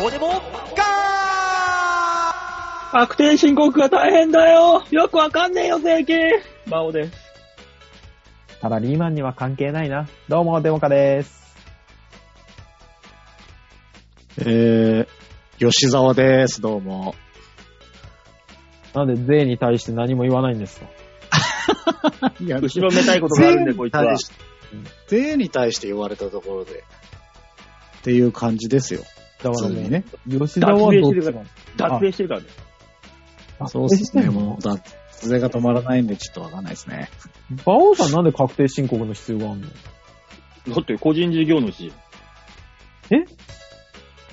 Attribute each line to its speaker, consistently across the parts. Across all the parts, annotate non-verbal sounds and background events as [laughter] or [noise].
Speaker 1: どうでもガー
Speaker 2: 確定申告が大変だよよくわかんねえよ、税金魔王です。
Speaker 3: ただリーマンには関係ないな。どうも、デモカです。
Speaker 4: えー、吉沢です、どうも。
Speaker 3: なんで税に対して何も言わないんですか
Speaker 4: [laughs] いや
Speaker 2: 後ろめたいことがあるんで、こいつは。
Speaker 4: 税に対して言われたところで、っていう感じですよ。
Speaker 3: だから
Speaker 4: 普
Speaker 3: も
Speaker 4: 通
Speaker 3: う、
Speaker 4: にね。
Speaker 3: 吉田はどっち
Speaker 2: 脱税してる
Speaker 3: なの
Speaker 2: 脱税してるからね。
Speaker 3: あ
Speaker 4: そうですね、
Speaker 3: え
Speaker 4: もう、だ税が止まらないんでちょっとわかんないですね。
Speaker 3: [laughs] 馬王さんなんで確定申告の必要があるの
Speaker 2: だって個人事業主。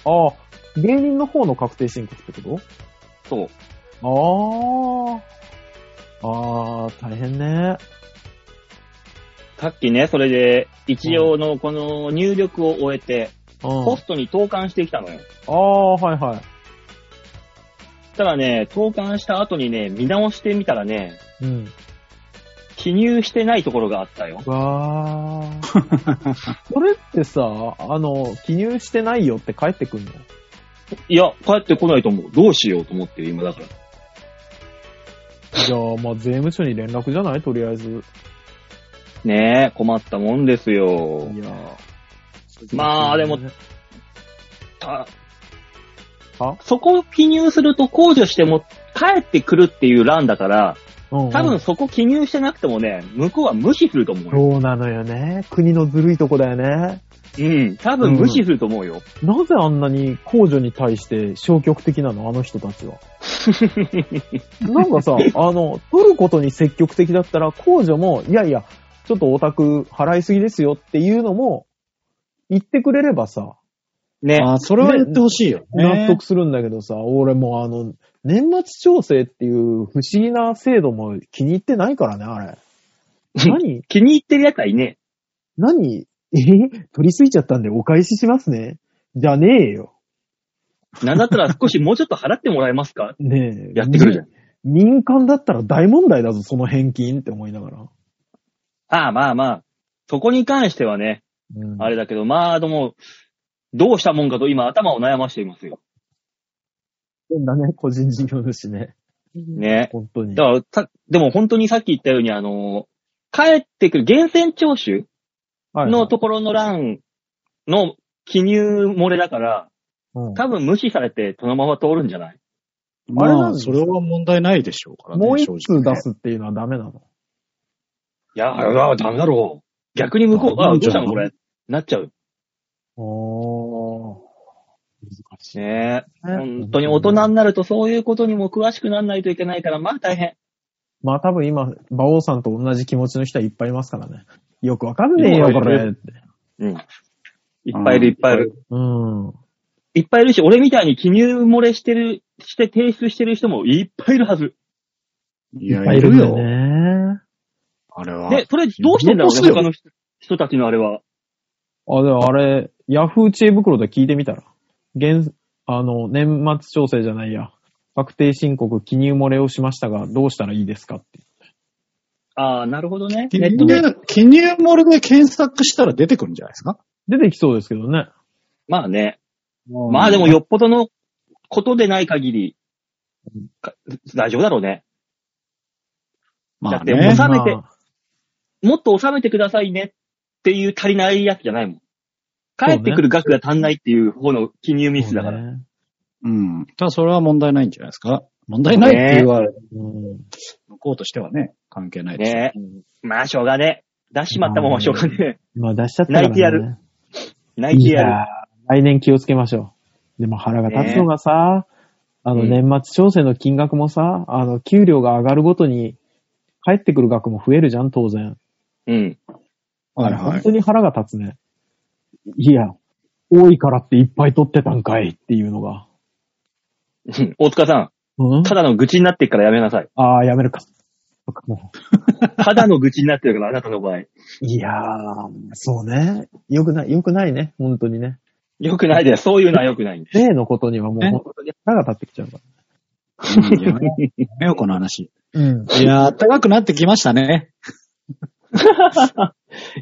Speaker 3: ああ、芸人の方の確定申告ってこ
Speaker 2: そう。
Speaker 3: とああ。ああ、大変ね。
Speaker 2: さっきね、それで、一応のこの入力を終えて、
Speaker 3: うん
Speaker 2: ポ。ストに投函してきたのよ。
Speaker 3: ああ、はいは
Speaker 2: ただね、投函した後にね、見直してみたらね、
Speaker 3: い。うん。
Speaker 2: 記入してないところがあったよ。[laughs]
Speaker 3: わあ。それってさ、あの、記入してないよって帰ってくんの
Speaker 2: いや、帰ってこないと思う。どうしようと思ってる、今だから。
Speaker 3: じゃあ、まあ、税務署に連絡じゃないとりあえず。
Speaker 2: ねえ、困ったもんですよ
Speaker 3: い。や
Speaker 2: まあ、でも、
Speaker 3: ね
Speaker 2: た
Speaker 3: あ、
Speaker 2: そこを記入すると控除しても帰ってくるっていう欄だから、
Speaker 3: うんうん
Speaker 2: 多分そこ記入してなくてもね、向こうは無視すると思うよ。
Speaker 3: そうなのよね。国のずるいとこだよね。
Speaker 2: うん。多分無視すると思うよ。
Speaker 3: なぜあんなに控除に対して消極的なのあの人た
Speaker 2: [laughs]
Speaker 3: ちは。なんかさ、あの、取ることに積極的だったら、控除も、いやいや、ちょっとオタク払いすぎですよっていうのも、言ってくれればさ、
Speaker 2: ね。
Speaker 4: あー、それは言ってほしいよね。
Speaker 3: 納得するんだけどさ、俺もうあの、年末調整っていう不思議な制度も気に入ってないからね、あ
Speaker 2: [laughs]
Speaker 3: れ。何
Speaker 2: 気に入ってるやつはいね
Speaker 3: 何 [laughs] え取りすぎちゃったんでお返ししますね。じゃねえよ。
Speaker 2: え。なんだったら少しもうちょっと払ってもらえますか
Speaker 3: ねえ。
Speaker 2: やってくるじゃん。
Speaker 3: 民民間だったら大問題だぞ、その返金って思いながら。
Speaker 2: ああ、まあまあ。そこに関してはね、
Speaker 3: うん、
Speaker 2: あれだけど、まあ、でも、どうしたもんかと今頭を悩ましていますよ。
Speaker 3: 変だね、個人事業主ね。
Speaker 2: ね。
Speaker 3: 本当に。
Speaker 2: だから、たでも本当にさっき言ったように、あの、帰ってくる源泉徴収
Speaker 3: はいは
Speaker 2: の
Speaker 3: い
Speaker 2: ところの欄の記入漏れだから、
Speaker 3: うん
Speaker 2: 多分無視されてそのまま通るんじゃない
Speaker 3: あれ
Speaker 4: ま
Speaker 3: なん
Speaker 4: あ、
Speaker 3: です
Speaker 4: それは問題ないでしょうからね。
Speaker 3: もう一
Speaker 4: 正
Speaker 3: 通
Speaker 4: 直ね
Speaker 3: 出。すっていうのはダメなの。
Speaker 2: いや、あダメだろう。逆に向こう、あ、ど
Speaker 4: あダ
Speaker 2: う
Speaker 4: メじ
Speaker 2: した
Speaker 4: ゃん
Speaker 2: のこれ。なっちゃう。
Speaker 3: お
Speaker 4: 難しい
Speaker 2: ねえ。本当に大人になるとそういうことにも詳しくならないといけないから、まあ大変。
Speaker 3: まあ多分今、馬王さんと同じ気持ちの人はいっぱいいますからね。よくわかんねえ
Speaker 4: い
Speaker 3: よ、
Speaker 4: っぱ
Speaker 3: こ
Speaker 4: いいる
Speaker 3: れって。
Speaker 2: うん。いっぱいいる、
Speaker 4: うん
Speaker 2: いっぱいいる。
Speaker 3: うん。
Speaker 2: いっぱいいるし、俺みたいに記入漏れしてる、して提出してる人もいっぱいいるはず。
Speaker 4: いや、
Speaker 3: っぱ
Speaker 4: いる
Speaker 3: んだ
Speaker 4: よ、
Speaker 3: ね。
Speaker 4: あれは。
Speaker 2: で、それどうしてんだろう
Speaker 4: 残す
Speaker 2: ね、
Speaker 4: よ
Speaker 2: 他の人人たちのあれは。
Speaker 3: あ、でもあれ、ヤフー知恵袋で聞いてみたら。現、あの、年末調整じゃないや。確定申告記入漏れをしましたが、どうしたらいいですかって。
Speaker 2: ああ、なるほどね。
Speaker 4: 記
Speaker 2: ネ
Speaker 4: 入
Speaker 2: ットで。
Speaker 4: 記入漏れで検索したら出てくるんじゃないですか
Speaker 3: 出てきそうですけどね。
Speaker 2: まあね。まあでもよっぽどのことでない限り、か大丈夫だろうね。
Speaker 4: ま
Speaker 2: だ
Speaker 4: あ
Speaker 2: って
Speaker 4: ね。
Speaker 2: 収めて
Speaker 3: まあ
Speaker 2: もっと収めてくださいねっていう足りないやつじゃないもん。帰ってくる額が足んないっていう方の記入ミスだから。
Speaker 3: そうね
Speaker 4: うん。ただそれは問題ないんじゃないですか問題ないって言われる、
Speaker 3: うん
Speaker 4: 向こうとしてはね、関係ないですよ
Speaker 2: ねまあしょうがねえ。出しちまったもんはしょうがね
Speaker 3: まあ出しちゃったから、ね。
Speaker 2: 泣いてやる。え。泣い
Speaker 3: い
Speaker 2: てや
Speaker 3: や
Speaker 2: る。
Speaker 3: ー来年気をつけましょう。でも腹が立つのがさ、あの
Speaker 2: うん
Speaker 3: 年末調整の金額もさ、あの給料が上がるごとに返ってくる額も増えるじゃん、当然。
Speaker 2: うん。
Speaker 4: はいは
Speaker 3: 本
Speaker 4: い。
Speaker 3: 当に腹が立つね。いや、多いからっていっぱい取ってたんかいっていうのが。
Speaker 2: うん [laughs] 大塚さ
Speaker 3: うん
Speaker 2: ん、ただの愚痴になってっからやめなさい。
Speaker 3: ああ、やめるか。そっかも
Speaker 2: ただの愚痴になってるから、あなたの場合。
Speaker 3: ういやー、そうね。よくない、よくないね。本当にね。
Speaker 2: よくないで、そういうのはよくないんで。
Speaker 3: 例のことにはもう
Speaker 4: え
Speaker 3: 本当に腹が立ってきちゃうか
Speaker 4: うんやめようやめよう、この話。
Speaker 3: ら。 [laughs] うん。
Speaker 4: いやー、暖かくなってきましたね。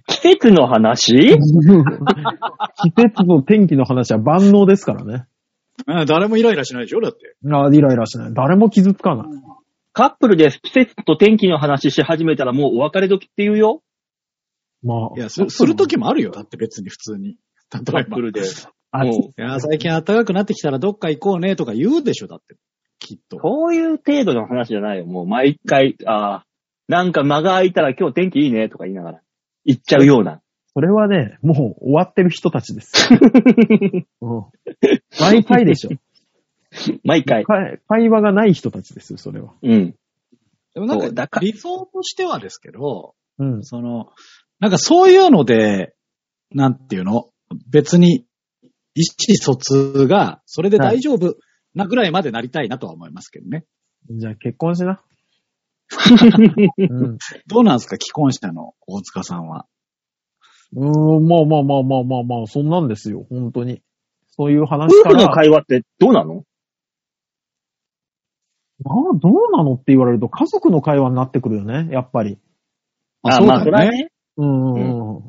Speaker 2: 季節の話
Speaker 3: 季節の天気の話は万能ですからね。
Speaker 4: うん誰もイライラしないでしょだって。
Speaker 3: あイライラしない。誰も傷つかない。
Speaker 2: カップルで季節と天気の話し始めたらもうお別れ時って言うよ。
Speaker 3: ま
Speaker 4: いや、すするときもあるよ。だって別に普通に。例
Speaker 2: カ
Speaker 4: え
Speaker 2: ッ
Speaker 4: ば。
Speaker 2: プルで。
Speaker 3: あ、
Speaker 2: もう
Speaker 4: いや、最近暖かくなってきたらどっか行こうねとか言うでしょ、だって。きっと。
Speaker 2: そういう程度の話じゃないよ。もう毎回、ああ、なんか間が空いたら今日天気いいねとか言いながら、行っちゃうよう
Speaker 3: [laughs]
Speaker 2: な。
Speaker 3: それはね、もう終わってる人たちです。うん。 [laughs] 毎回でしょ。
Speaker 2: 毎回。
Speaker 3: 会会話がない人たちですよ、それは。
Speaker 2: うん。
Speaker 4: でもな
Speaker 2: そうんだか、
Speaker 4: か理想としてはですけど、
Speaker 3: うん。
Speaker 4: その、なんかそういうので、なんていうの別に、意思疎通が、それで大丈夫なぐらいまでなりたいなとは思いますけどね。
Speaker 3: じゃあ結婚し [laughs] な。うん。
Speaker 4: どうなんですか既婚者の大塚さんは。
Speaker 3: うーん、まあまあまあまあまあまあ、そんなんですよ、本当に。そういう話
Speaker 2: 夫
Speaker 3: か
Speaker 2: 婦の
Speaker 3: ら。
Speaker 2: 会話ってどうなの
Speaker 3: ああどうなのって言われると家族の会話になってくるよね、やっぱり。
Speaker 4: そう
Speaker 2: ま
Speaker 4: だ
Speaker 2: あ、そ
Speaker 4: よ
Speaker 2: れはね。
Speaker 3: うんうんう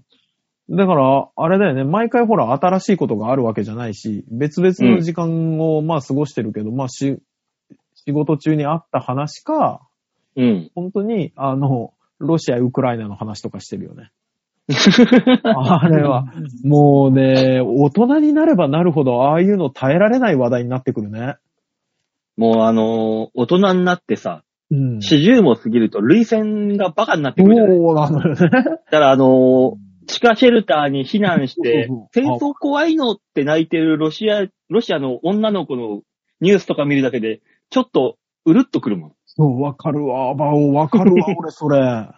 Speaker 3: ん。だから、あれだよね、毎回ほら、新しいことがあるわけじゃないし、別々の時間を、まあ、過ごしてるけど、まあ、し、仕事中にあった話か、
Speaker 2: うん。
Speaker 3: 本当に、あの、ロシア、ウクライナの話とかしてるよ [laughs] ね。あれは、もうね、大人になればなるほど、ああいうの耐えられない話題になってくるね。
Speaker 2: もうあのー大人になってさ、
Speaker 3: うん。
Speaker 2: 四十も過ぎると、類線がバカになってくるじゃない
Speaker 3: そうなのよね。
Speaker 2: だからあのー地下シェルターに避難して
Speaker 3: そう、そう
Speaker 2: 戦争怖いのって泣いてるロシア、ロシアの女の子のニュースとか見るだけで、ちょっとうるっとくるもん。
Speaker 3: そう、わかるわ、バオ、わかる [laughs] わ、俺、それ。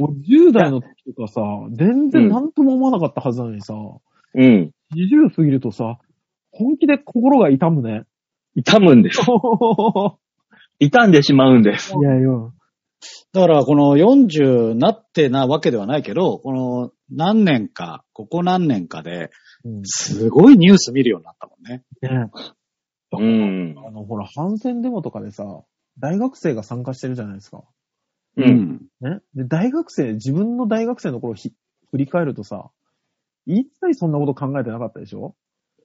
Speaker 3: 俺、10代の時とかさ、全然なんとも思わなかったはずなのにさ、
Speaker 2: うん。
Speaker 3: 20過ぎるとさ、本気で心が痛む [laughs] ね。
Speaker 2: 痛むんです。
Speaker 3: い
Speaker 2: [laughs] 痛んでしまうんです。
Speaker 3: やいや。
Speaker 4: だから、この40なってなわけではないけど、この何年か、ここ何年かで、
Speaker 3: うん
Speaker 4: すごいニュース見るようになったもんね。
Speaker 3: ね
Speaker 2: うん。
Speaker 3: あの、ほら、反戦デモとかでさ、大学生が参加してるじゃないですか。
Speaker 2: うん。。
Speaker 3: ね。で、大学生、自分の大学生の頃ひ振り返るとさ、一切そんなこと考えてなかったでしょあ、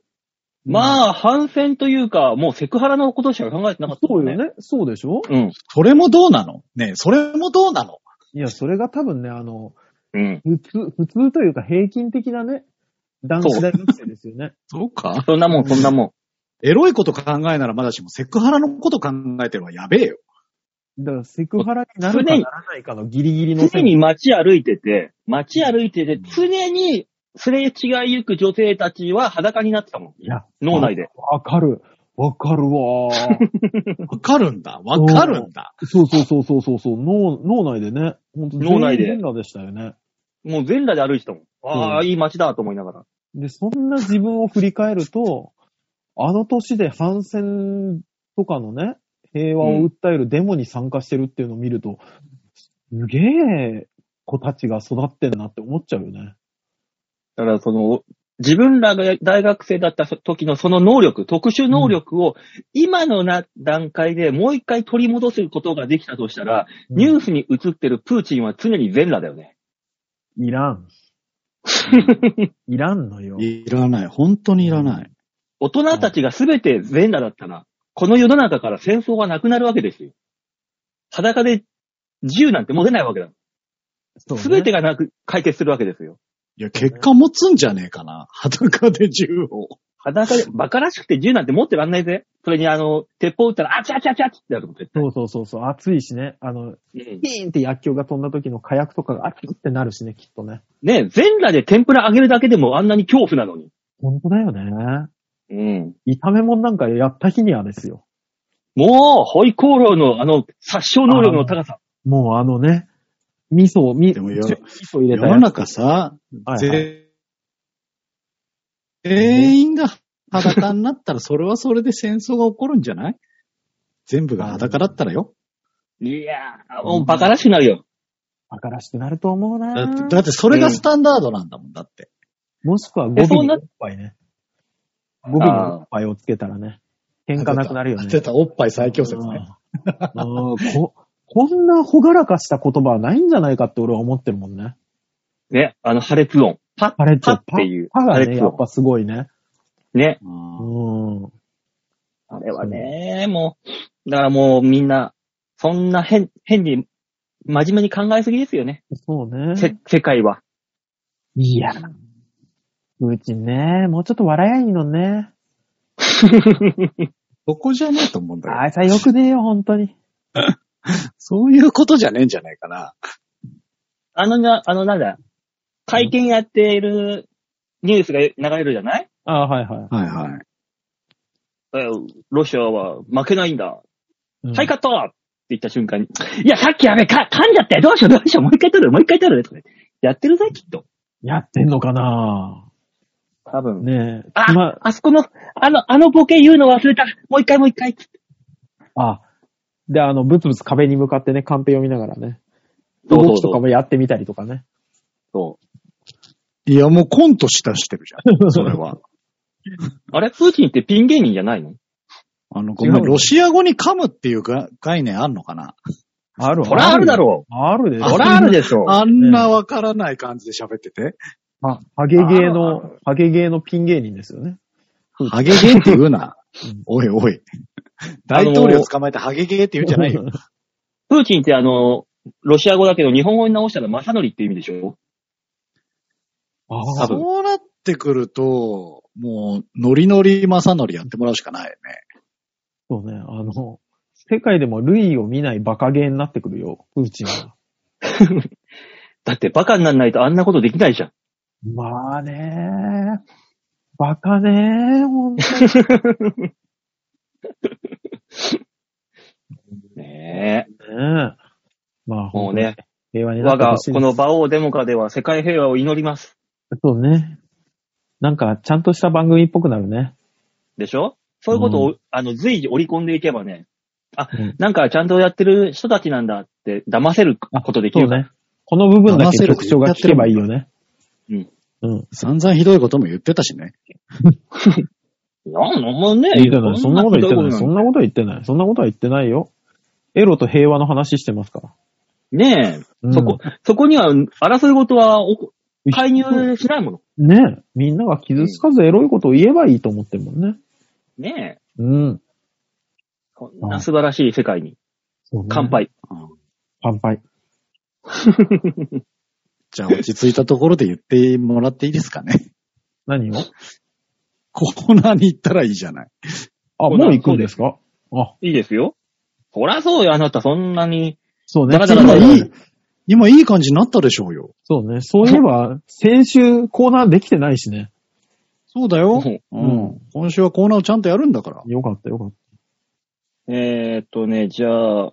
Speaker 2: まあ、反戦というか、もうセクハラのことしか考えてなかった
Speaker 3: そ
Speaker 2: も
Speaker 3: うん
Speaker 2: ね。
Speaker 3: よね。そうでしょ
Speaker 2: ね。
Speaker 4: それもどうなのねえそれもどうなの
Speaker 3: いや、それが多分ね、あの、
Speaker 2: うん。うん。
Speaker 3: 普通、普通というか平均的なね、男子大学生ですよね。
Speaker 4: そうか
Speaker 2: そんなもん、そんなもん。
Speaker 4: エロいこと考えならまだしも、セクハラのこと考えてるのはやべ
Speaker 2: [laughs]
Speaker 4: えよ。
Speaker 3: だからセクハラになるかならないかのギリギリの
Speaker 2: 常に街歩いてて、街歩いてて、常にすれ違いゆく女性たちは裸になってたもん。
Speaker 3: いや、
Speaker 2: 脳内で。
Speaker 3: わかる。わかるわ
Speaker 2: [laughs]
Speaker 3: ー。
Speaker 4: わかるんだ。わかるんだ。
Speaker 3: そうそうそうそうそうそう。脳、脳内でね。本当
Speaker 2: 脳内で
Speaker 3: 全員全裸でしたよね。
Speaker 2: もう全裸で歩いてたもん。ああ、
Speaker 3: うん
Speaker 2: いい街だと思いながら。
Speaker 3: で、そんな自分を振り返ると、あの年で反戦とかのね、平和を訴えるデモに参加してるっていうのを見ると、すげえ子たちが育ってんなって思っちゃうよね。
Speaker 2: だから、その、自分らが大学生だった時のその能力、特殊能力を、今のな段階でもう一回取り戻すことができたとしたら、ニュースに映ってるプーチンは常に全裸だよね。
Speaker 3: いらん。いらんのよ。
Speaker 4: いらない。本当にいらない。
Speaker 2: 大人たちが全て全裸だったら、この世の中から戦争はなくなるわけですよ。裸で銃なんて持てないわけだ。
Speaker 3: そうね
Speaker 2: 全てがなく解決するわけですよ。
Speaker 4: いや、結果持つんじゃねえかな。裸で銃を。
Speaker 2: 裸で、馬鹿らしくて銃なんて持ってらんないぜ。それにあの、鉄砲撃ったら、あちゃちゃちゃってやるもん、絶対
Speaker 3: そうそうそうそう、暑いしね。あの、
Speaker 2: うん
Speaker 3: ピーンって薬莢が飛んだ時の火薬とかが熱ってなるしね、きっとね。
Speaker 2: ねえ、全裸で天ぷら揚げるだけでもあんなに恐怖なのに。
Speaker 3: ほんとだよね。
Speaker 2: うん。
Speaker 3: 炒め物なんかやった日にはですよ。
Speaker 2: もう、ホイコーローのあの、殺傷能力の高さ。
Speaker 3: もうあのね、味噌を、み
Speaker 4: で
Speaker 3: 味
Speaker 4: もよ
Speaker 3: 噌入
Speaker 4: 世
Speaker 3: れた
Speaker 4: の
Speaker 3: や
Speaker 4: 中さ、
Speaker 3: はい
Speaker 4: ぜ全員が裸になったら、それはそれで戦争が起こるんじゃない全部が裸だったらよ。
Speaker 2: いやー、もう馬鹿らしくなるよ。
Speaker 3: バカらしくなると思う
Speaker 4: だ
Speaker 3: な
Speaker 4: って、だってそれがスタンダードなんだもんだって。
Speaker 3: もしくは語
Speaker 2: えそ
Speaker 3: 尾
Speaker 2: ん
Speaker 3: に
Speaker 2: な
Speaker 3: おっぱいね。語尾におっぱいをつけたらね、喧嘩なくなるよね
Speaker 4: 当。てたおっぱい最強説ね。
Speaker 3: あーあーここんなほがらかした言葉はないんじゃないかって俺は思ってるもんね。
Speaker 2: ね、あの破裂音。パッ、
Speaker 3: パレット、
Speaker 2: パッっていう
Speaker 3: パパが
Speaker 2: パレ
Speaker 3: ね、
Speaker 2: ット
Speaker 3: やっぱすごいね。
Speaker 2: ね。
Speaker 3: うん。
Speaker 2: あれはね、もう、だからもうみんな、そんな変、変に、真面目に考えすぎですよね。
Speaker 3: そうね。
Speaker 2: せ、世界は。
Speaker 3: いや。プーチンね、もうちょっと笑いゃいいのね。
Speaker 4: そこじゃねえと思うんだけど
Speaker 3: あいつはよくねえよ、本当に。
Speaker 4: そういうことじゃねえんじゃないかな。
Speaker 2: あのな、あのなんだ、会見やっているニュースが流れるじゃない、
Speaker 3: あはいは
Speaker 4: はいはい。
Speaker 2: えロシアは負けないんだ。
Speaker 3: い。
Speaker 2: はい、カットって言った瞬間に、いや、さっきやべえ、か、噛んじゃって、どうしよう、どうしよう、もう一回撮る、もう一回撮る、とか言ってやってるぜ、きっと。
Speaker 3: やってんのかな
Speaker 2: 多分。
Speaker 3: ねえ。
Speaker 2: あ、
Speaker 3: ま
Speaker 2: あそこの、あの、あのボケ言うの忘れた。もう一回もう一回。
Speaker 3: あ、で、あの、ブツブツ壁に向かってね、カンペ読みながらね。
Speaker 2: そうそうそう
Speaker 3: 動きとかもやってみたりとかね。
Speaker 2: そう。
Speaker 4: いや、もうコントしたしてるじゃん。それは。
Speaker 2: あれプーチンってピン芸人じゃないの
Speaker 4: [laughs] あの、ごめ
Speaker 3: 違
Speaker 4: ん、
Speaker 3: う
Speaker 4: ロシア語に噛むっていうが概念あんのかな
Speaker 3: ある
Speaker 2: そらあるだろ
Speaker 3: う。あるでし
Speaker 2: う。
Speaker 3: ょ。
Speaker 2: そらあるでしょう。
Speaker 4: あんなわからない感じで喋ってて。
Speaker 3: あ、ハゲゲー
Speaker 2: あ
Speaker 3: の、ハゲゲーのピン芸人ですよね。
Speaker 4: ハゲゲーって言うな
Speaker 3: うん。
Speaker 4: おいおい。大統領捕まえてハゲゲーって言うんじゃないよ。
Speaker 2: プーチンってあの、ロシア語だけど日本語に直したらマサノリって意味でしょ
Speaker 3: [laughs] あ
Speaker 2: 多分
Speaker 4: そうなってくると、もう、ノリノリマサノリやってもらうしかないよね。
Speaker 3: そうね、あの、世界でも類を見ないバカゲーになってくるよ、プーチンは。
Speaker 2: だってバカにならないとあんなことできないじゃん。
Speaker 3: まあねバカねほんと
Speaker 2: ねえ。
Speaker 3: ねまあ、
Speaker 2: もうね、
Speaker 3: 平和にな
Speaker 2: 我
Speaker 3: って
Speaker 2: が
Speaker 3: ほしい
Speaker 2: このバオーデモカでは世界平和を祈ります。
Speaker 3: そうね。なんか、ちゃんとした番組っぽくなるね。
Speaker 2: でしょそういうことを、
Speaker 3: う
Speaker 2: あの、随時織り込んでいけばね、あ、
Speaker 3: うん
Speaker 2: なんかちゃんとやってる人たちなんだって騙せることでき
Speaker 3: そ
Speaker 2: る
Speaker 3: う
Speaker 2: から。
Speaker 3: ね。この部分だけ特徴が聞けばいいよね。
Speaker 2: うん。
Speaker 3: うん。
Speaker 4: 散々ひどいことも言ってたしね。
Speaker 2: なんのもうね、
Speaker 3: 言ってない。そんなこと言ってない。
Speaker 2: ひど
Speaker 3: そ
Speaker 2: こ
Speaker 3: んなことは言ってない。そんなことは言ってないよ。エロと平和の話してますから。
Speaker 2: ねえ、
Speaker 3: うん
Speaker 2: そこ、そこには争い事はおこ介入しないもの。
Speaker 3: ねえ。みんなが傷つかずエロいことを言えばいいと思ってるもんね。
Speaker 2: ねえ、
Speaker 3: うん。
Speaker 2: こんな素晴らしい世界に
Speaker 3: そうね
Speaker 2: 乾。杯。
Speaker 3: 乾杯。
Speaker 4: じゃあ落ち着いたところで言ってもらっていいですかね。 [laughs]
Speaker 3: 何を
Speaker 4: コーナーに行ったらいいじゃない。
Speaker 3: あ、もう行くんですかあ、
Speaker 2: いいですよ。そらそうよ、あなた、そんなに。
Speaker 3: そうね。
Speaker 2: だらだらだ
Speaker 4: 今
Speaker 2: ら
Speaker 4: いい、今いい感じになったでしょうよ。
Speaker 3: そうね。そういえば、先週コーナーできてないしね。
Speaker 4: そうだよ。う
Speaker 3: うん
Speaker 4: ん。今週はコーナーをちゃんとやるんだから。
Speaker 3: よかったよかっ
Speaker 2: えーっとね、じゃあ、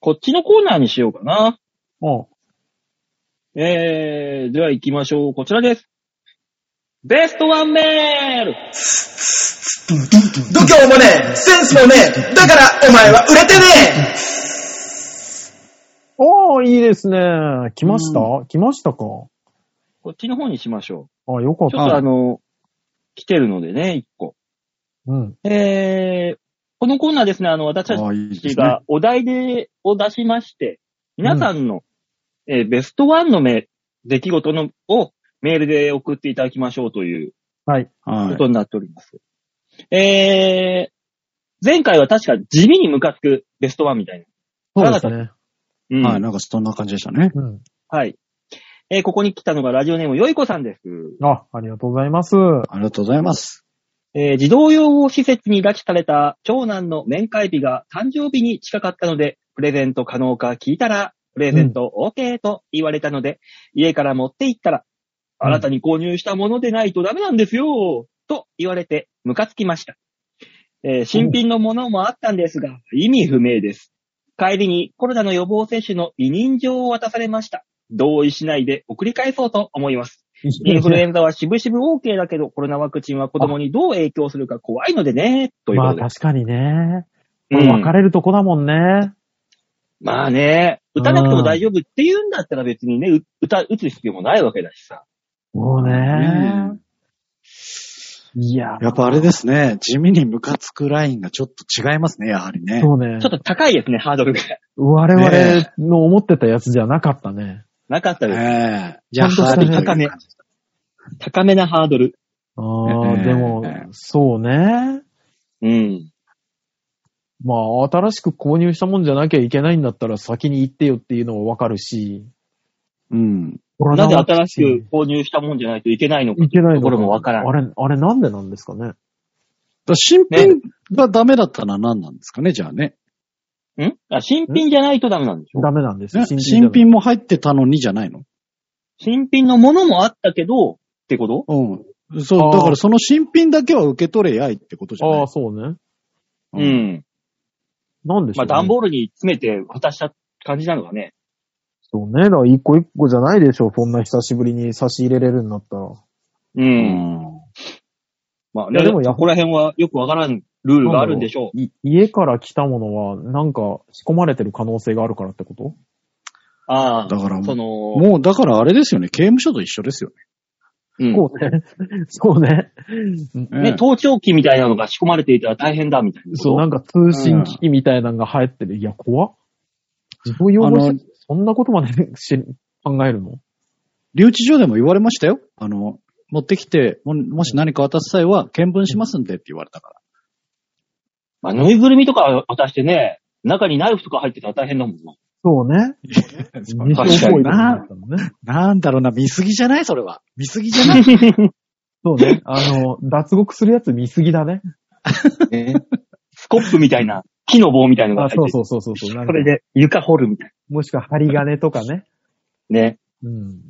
Speaker 2: こっちのコーナーにしようかな。
Speaker 3: た。あ
Speaker 2: えー、では行きましょう。こちらです。ベストワンメール
Speaker 1: 度胸もねえ、センスもねえ、だからお前は売れてね
Speaker 3: おー、いいですね。来ました、来ましたか
Speaker 2: こっちの方にしましょ
Speaker 3: あ、よか
Speaker 2: う。
Speaker 3: っ。
Speaker 2: ちょったとあの、来てるのでね、一個。
Speaker 3: うん。
Speaker 2: えー、このコーナーですね、あの、私た
Speaker 4: ああ、いいです
Speaker 2: ち
Speaker 4: ね。
Speaker 2: がお題で、を出しまして、皆さんの、えーベストワンのめ出来事のをメールで送っていただきましょうという
Speaker 3: はい。
Speaker 2: こ
Speaker 4: はい
Speaker 2: とになっております。えー、前回は確か地味にムカつくベストワンみたい
Speaker 3: そうですね。
Speaker 2: な。うん。
Speaker 4: は、
Speaker 2: はいい。
Speaker 4: なんかそんな感じでしたね。
Speaker 3: うん。
Speaker 2: えー、ここに来たのがラジオネームよいこさんです。
Speaker 3: あ、ありがとうございます。
Speaker 4: ありがとうございます。
Speaker 2: えー児童養護施設に拉致された長男の面会日が誕生日に近かったので、プレゼント可能か聞いたら、プレゼント OK と言われたので、家から持って行ったら、
Speaker 3: うん
Speaker 2: 新たに購入したものでないとダメなんですよ、と言われてムカつきました。えー新品のものもあったんですが、意味不明です。帰りにコロナの予防接種の委任状を渡されました。同意しないで送り返そうと思います。インフルエンザはしぶしぶ OK だけど、コロナワクチンは子供にどう影響するか怖いのでね、という
Speaker 3: ま
Speaker 2: こ
Speaker 3: あ
Speaker 2: とで。
Speaker 3: 確かにね。
Speaker 2: う
Speaker 3: これ
Speaker 2: ん
Speaker 3: 分かれるとこだもんね。
Speaker 2: まあね、打たなくても大丈夫って言うんだったら別にね、う打た打つ必要もないわけだしさ。
Speaker 3: もうね。いや、
Speaker 4: やっぱあれですね、地味にムカつくラインがちょっと違いますね、やはりね。
Speaker 3: そうね
Speaker 2: ちょ。っと高いですね、ハードルが。 [laughs]
Speaker 3: 我
Speaker 4: ね
Speaker 3: 々の思ってたやつじゃなかったね。
Speaker 2: なかった
Speaker 4: え
Speaker 2: です。
Speaker 4: え
Speaker 3: ちゃんとしたね
Speaker 4: やはり
Speaker 2: 高め高めなハードル。
Speaker 3: ああ、
Speaker 4: ね
Speaker 3: でも
Speaker 4: ね、
Speaker 3: そうね。
Speaker 2: うん。
Speaker 3: まあ、新しく購入したもんじゃなきゃいけないんだったら先に行ってよっていうのはわかるし、
Speaker 4: うん。
Speaker 2: なぜ新しく購入したもんじゃないといけないのか
Speaker 3: いけないの
Speaker 2: ところもわからん
Speaker 3: あれ、あれなんでなんですかね。
Speaker 4: だから新品がダメだったのは何なんですかね、じゃあね。
Speaker 2: んあ、新品じゃないとダメなんでしょ
Speaker 3: ダメなんですよ。
Speaker 4: ね
Speaker 3: 新品じゃな
Speaker 4: 新
Speaker 3: い
Speaker 4: 品も入ってたのにじゃないの
Speaker 2: 新品のものもあったけど、ってこと
Speaker 4: うん。
Speaker 3: あ
Speaker 4: そう、
Speaker 3: ー
Speaker 4: だからその新品だけは受け取れやいってことじゃな
Speaker 3: あ
Speaker 4: い
Speaker 3: あ、そうね。
Speaker 2: う
Speaker 4: うん
Speaker 2: ん。
Speaker 3: なんでし
Speaker 2: まあ、
Speaker 3: ょう、ね。
Speaker 2: 段ボールに詰めて渡した感じなのかね。
Speaker 3: そうね。だから一個一個じゃないでしょ。こんな久しぶりに差し入れれるんだったら。
Speaker 2: う。
Speaker 4: うんん。
Speaker 2: まあ、
Speaker 3: いや
Speaker 2: ね、
Speaker 3: で
Speaker 2: で
Speaker 3: も
Speaker 2: も
Speaker 3: や
Speaker 2: そこら辺はよくわからんルールがあるんでしょう。
Speaker 3: い家から来たものは、なんか仕込まれてる可能性があるからってこと
Speaker 2: ああ。
Speaker 4: だから
Speaker 2: その、
Speaker 4: もうだからあれですよね、刑務所と一緒ですよ
Speaker 2: うん
Speaker 3: そうね。 [laughs] そうね。
Speaker 4: ね。
Speaker 2: ね、
Speaker 4: ね
Speaker 2: 盗聴器みたいなのが仕込まれていたら大変だ、みたいなこと。
Speaker 3: そう、なんか通信機器みたいなのが入ってる。いや、怖っ。自分用語
Speaker 4: あの
Speaker 3: そんなことまで [laughs] し考えるの
Speaker 4: 留置所でも言われましたよ。あの、持ってきて、ももし何か渡す際は、見分しますんでって言われたから。
Speaker 2: まあ、ぬいぐるみとか渡してね、中にナイフとか入ってたら大変だも
Speaker 3: [laughs]
Speaker 2: んな。
Speaker 3: そうね。
Speaker 2: 確かに
Speaker 3: 日常行為だ
Speaker 4: な
Speaker 3: ったのね。
Speaker 4: なんだろうな、見すぎじゃないそれは。見すぎじゃない
Speaker 3: そうね。あの、脱獄するやつ見すぎだね。
Speaker 2: ねスコップみたいな、木の棒みたいなのが
Speaker 3: あ、
Speaker 2: 入
Speaker 3: そ
Speaker 2: って
Speaker 3: う
Speaker 2: て
Speaker 3: そうそうそうそう。なん
Speaker 2: そ
Speaker 3: か
Speaker 2: れで床掘るみたい
Speaker 3: もしくは針金とか
Speaker 2: [laughs]
Speaker 3: ね。
Speaker 2: な。ね。
Speaker 3: うん。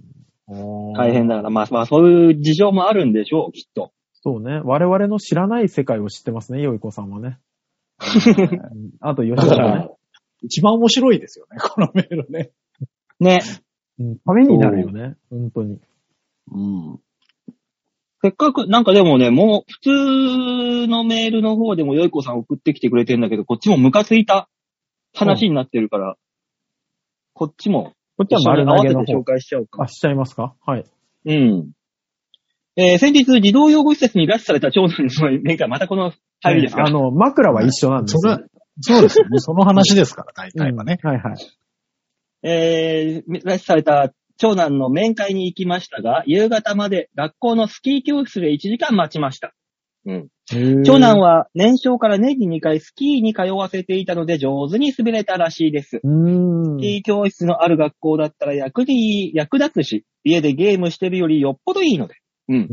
Speaker 3: おー
Speaker 2: 大変だから、まあ、まあ、そういう事情もあるんでしょう、きっと。
Speaker 3: そうね。我々の知らない世界を知ってますね、よい子さん
Speaker 2: [laughs]
Speaker 3: はね。うんあと、吉
Speaker 4: [laughs] だか
Speaker 3: 田
Speaker 4: ら
Speaker 3: ね。、
Speaker 4: 一番面白いですよね、 [laughs] このメールね。
Speaker 2: ね。
Speaker 3: うんためになるよね。本当に。
Speaker 4: うん。
Speaker 2: せっかく、なんかでもね、もう、普通のメールの方でもよいこさん送ってきてくれてんだけど、こっちもムカついた話になってるから、こっちも、
Speaker 3: こっち
Speaker 2: 一
Speaker 3: は
Speaker 2: 緒に合
Speaker 3: 丸投
Speaker 2: わ
Speaker 3: げ
Speaker 2: せ
Speaker 3: の
Speaker 2: て紹
Speaker 3: 方。
Speaker 2: 介しちゃおうか
Speaker 3: あ、。しちゃいますかはい。
Speaker 2: うん。えー先日、児童養護施設に拉致された長男の面会、またこの入りですか、
Speaker 3: あの、枕は一緒なんです
Speaker 4: そ
Speaker 3: よ。
Speaker 4: れ、そうですよね。その話ですから、大体はね。
Speaker 3: うんはいはい。
Speaker 2: えー拉致された長男の面会に行きましたが、夕方まで学校のスキー教室で1時間待ちました。長男
Speaker 3: は。
Speaker 2: は年少から年に2回スキーに通わせていたので上手に滑れたらしいです。
Speaker 3: うー
Speaker 2: ス。
Speaker 3: ん
Speaker 2: キー教室のある学校だったら役に、役立つし、家でゲームしてるよりよっぽどいいので。うん。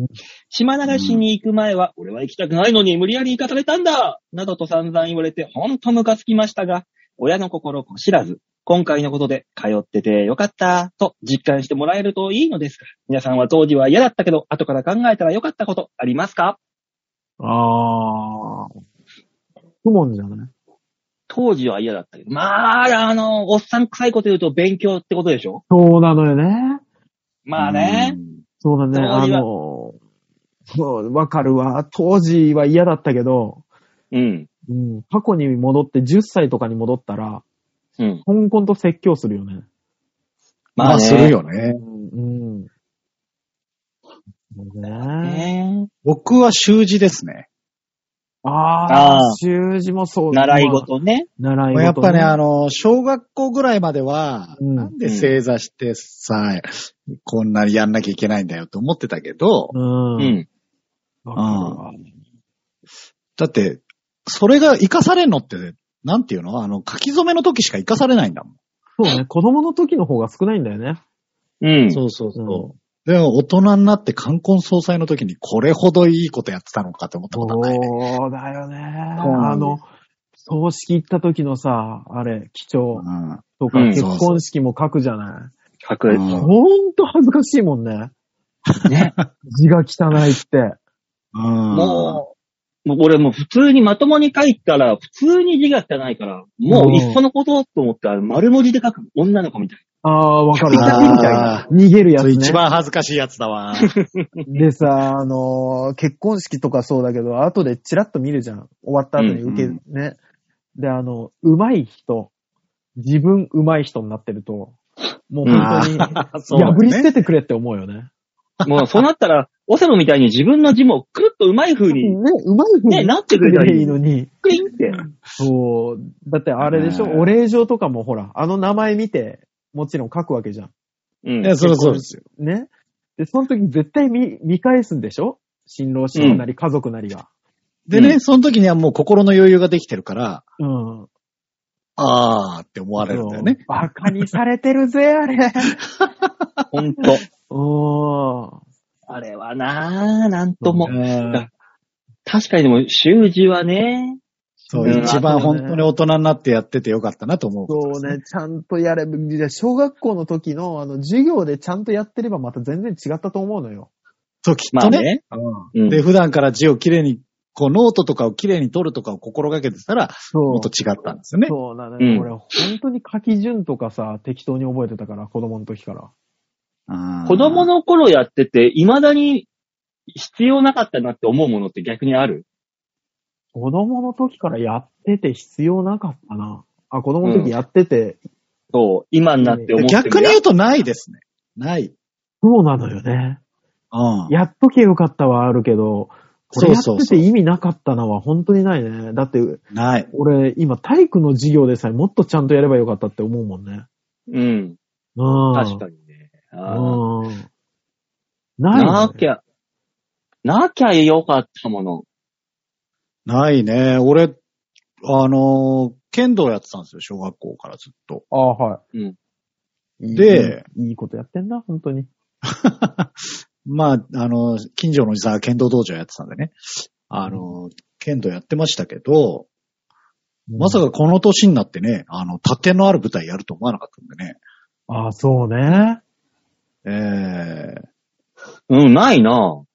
Speaker 2: 島流しに行く前は、俺は行きたくないのに無理やり行かされたんだなどと散々言われて、ほんとムカつきましたが、親の心を知らず、今回のことで通っててよかった、と実感してもらえるといいのですが、皆さんは当時は嫌だったけど、後から考えたらよかったことありますか
Speaker 3: あー。不問じゃない
Speaker 2: 当時は嫌だったけど。まあ、あの、おっさん臭いこと言うと勉強ってことでしょ
Speaker 3: そうなのよね。
Speaker 2: まあね。
Speaker 3: そうだね。
Speaker 2: 当
Speaker 3: あ
Speaker 2: 時は
Speaker 3: の、そうわかるわ。当時は嫌だったけど、
Speaker 2: うん。
Speaker 3: うん、過去に戻って10歳とかに戻ったら、
Speaker 2: うん。
Speaker 3: 香港と説教するよね。
Speaker 4: まあ、
Speaker 2: ね
Speaker 4: するよね。
Speaker 3: うん。うん、ね
Speaker 2: ね
Speaker 4: 僕は習字ですね。
Speaker 3: あ
Speaker 2: あ
Speaker 3: あ、習字もそう。
Speaker 2: 習い事ね。
Speaker 3: まあ。習い事、
Speaker 4: やっぱね、あの、小学校ぐらいまでは、
Speaker 3: うん
Speaker 4: なんで正座してさ、こんなにやんなきゃいけないんだよと思ってたけど、
Speaker 3: の
Speaker 2: う
Speaker 3: うん。
Speaker 2: ん。
Speaker 3: わか
Speaker 4: だって、それが活かされるのって、なんていうのあの、書き初めの時しか活かされないんだもん。
Speaker 3: るわそうね、子供の時の方が少ないんだよね。
Speaker 2: うん。
Speaker 4: うそう
Speaker 3: そ
Speaker 4: でも、大人になって冠婚葬祭の時にこれほどいいことやってたのかって思ったことはないね。
Speaker 3: そうだよね。
Speaker 4: そうなんです
Speaker 3: あの、葬式行った時のさ、あれ、基調
Speaker 4: うん
Speaker 3: とか、
Speaker 2: うん
Speaker 3: 結婚式も書くじゃない。
Speaker 2: 隠
Speaker 4: う
Speaker 2: れ
Speaker 4: ん
Speaker 3: ほんと恥ずかしいもんね。
Speaker 2: ね。
Speaker 3: 字が汚いって。
Speaker 4: うん
Speaker 2: もう、もう俺もう普通にまともに書いたら、普通に字が汚いから、もういっそのことと思ったら丸文字で書く女の子みたい
Speaker 3: ああ、わかる。
Speaker 4: あー
Speaker 3: みたいな。逃げるや
Speaker 4: そ
Speaker 3: つ
Speaker 4: れ
Speaker 3: ね。
Speaker 4: 一番恥ずかしいやつだわ。
Speaker 3: でさ、あのー結婚式とかそうだけど、後でチラッと見るじゃん。終わった後に受け、
Speaker 4: うん
Speaker 3: ね。で、あの、上手い人、自分上手い人になってると、もう本当に、
Speaker 4: そうだね
Speaker 3: 破り捨ててくれって思うよね。
Speaker 2: な。もうそうなったら、オセロみたいに自分の字もくるっとうまい風
Speaker 3: ね
Speaker 2: に、、
Speaker 3: 上手い風
Speaker 2: ね、
Speaker 3: になっ
Speaker 2: なって
Speaker 3: て
Speaker 2: く
Speaker 3: く
Speaker 2: れ
Speaker 3: れ
Speaker 2: た
Speaker 3: ば
Speaker 2: ら
Speaker 3: い
Speaker 2: い
Speaker 3: い
Speaker 2: いの
Speaker 3: の
Speaker 2: に。
Speaker 3: に、
Speaker 2: クリンって。
Speaker 3: そう、だってあれでしょ、
Speaker 4: ねえ
Speaker 3: お礼状とかもほら、あの名前見て、もちろん書くわけじゃん。
Speaker 2: うん
Speaker 4: いや、そりゃそうですよ。
Speaker 3: ね。で、その時絶対見、見返すんでしょ新郎新婦なり家族なりが。
Speaker 4: でね、
Speaker 2: うん
Speaker 4: その時にはもう心の余裕ができてるから、
Speaker 3: うん。
Speaker 4: あーって思われるんだよね。
Speaker 3: バカにされてるぜ、あ
Speaker 4: [laughs]
Speaker 3: れ。
Speaker 2: ほんと。
Speaker 3: うん。
Speaker 2: あれはなぁ、なんとも。
Speaker 4: うん
Speaker 2: 確かにでも、習字はね、
Speaker 4: そう、
Speaker 2: うん
Speaker 4: 一番本当に大人になってやっててよかったなと思うこと
Speaker 3: そ
Speaker 4: で
Speaker 3: う
Speaker 4: す、
Speaker 3: ね、ちゃんとやれば、じゃあ小学校の時の、あの、授業でちゃんとやってればまた全然違ったと思うのよ。
Speaker 4: そう、きっ
Speaker 2: まあ
Speaker 4: とね。
Speaker 2: ね。
Speaker 4: うん
Speaker 2: うん
Speaker 4: で、普段から字をきれいに、こう、ノートとかをきれいに取るとかを心がけてたら、
Speaker 3: そ
Speaker 4: もっと違ったんですよね。
Speaker 3: そうなのよ。
Speaker 2: うん
Speaker 3: 俺、本当に書き順とかさ、適当に覚えてたから、子供の時から。
Speaker 4: あー
Speaker 2: 子供の頃やってて、未だに必要なかったなって思うものって逆にある
Speaker 3: 子供の時からやってて必要なかったな。あ、子供の時やってて、
Speaker 2: そう、今になって思っても
Speaker 4: 逆に言うとないですね。ない。
Speaker 3: そうなのよね。
Speaker 4: うん。
Speaker 3: やっとけよかったはあるけど、これや
Speaker 4: そ
Speaker 3: っ
Speaker 4: うそう
Speaker 3: て
Speaker 4: そう
Speaker 3: て意味なかったのは本当にないね。だって、
Speaker 4: ない。
Speaker 3: 俺、今体育の授業でさえもっとちゃんとやればよかったって思うもんね。
Speaker 2: うん。
Speaker 3: うん。
Speaker 2: 確かにね。あー
Speaker 3: うん。ない、
Speaker 2: なきゃ、なきゃよかったもの。
Speaker 4: ないね。俺、あのー剣道やってたんですよ、小学校からずっと。
Speaker 3: ああ、はい。
Speaker 2: うん
Speaker 3: いい。
Speaker 4: で
Speaker 3: いい、いいことやってんな、本当に。
Speaker 4: まあ、あのー近所のおじさんが剣道道場やってたんでね。あのー剣道やってましたけど、まさ
Speaker 3: か。
Speaker 4: かこの年になってね、あの、縦のある舞台やると思わなかったんでね。
Speaker 3: ああ、そうね。
Speaker 4: ええ
Speaker 2: うん、ないなぁ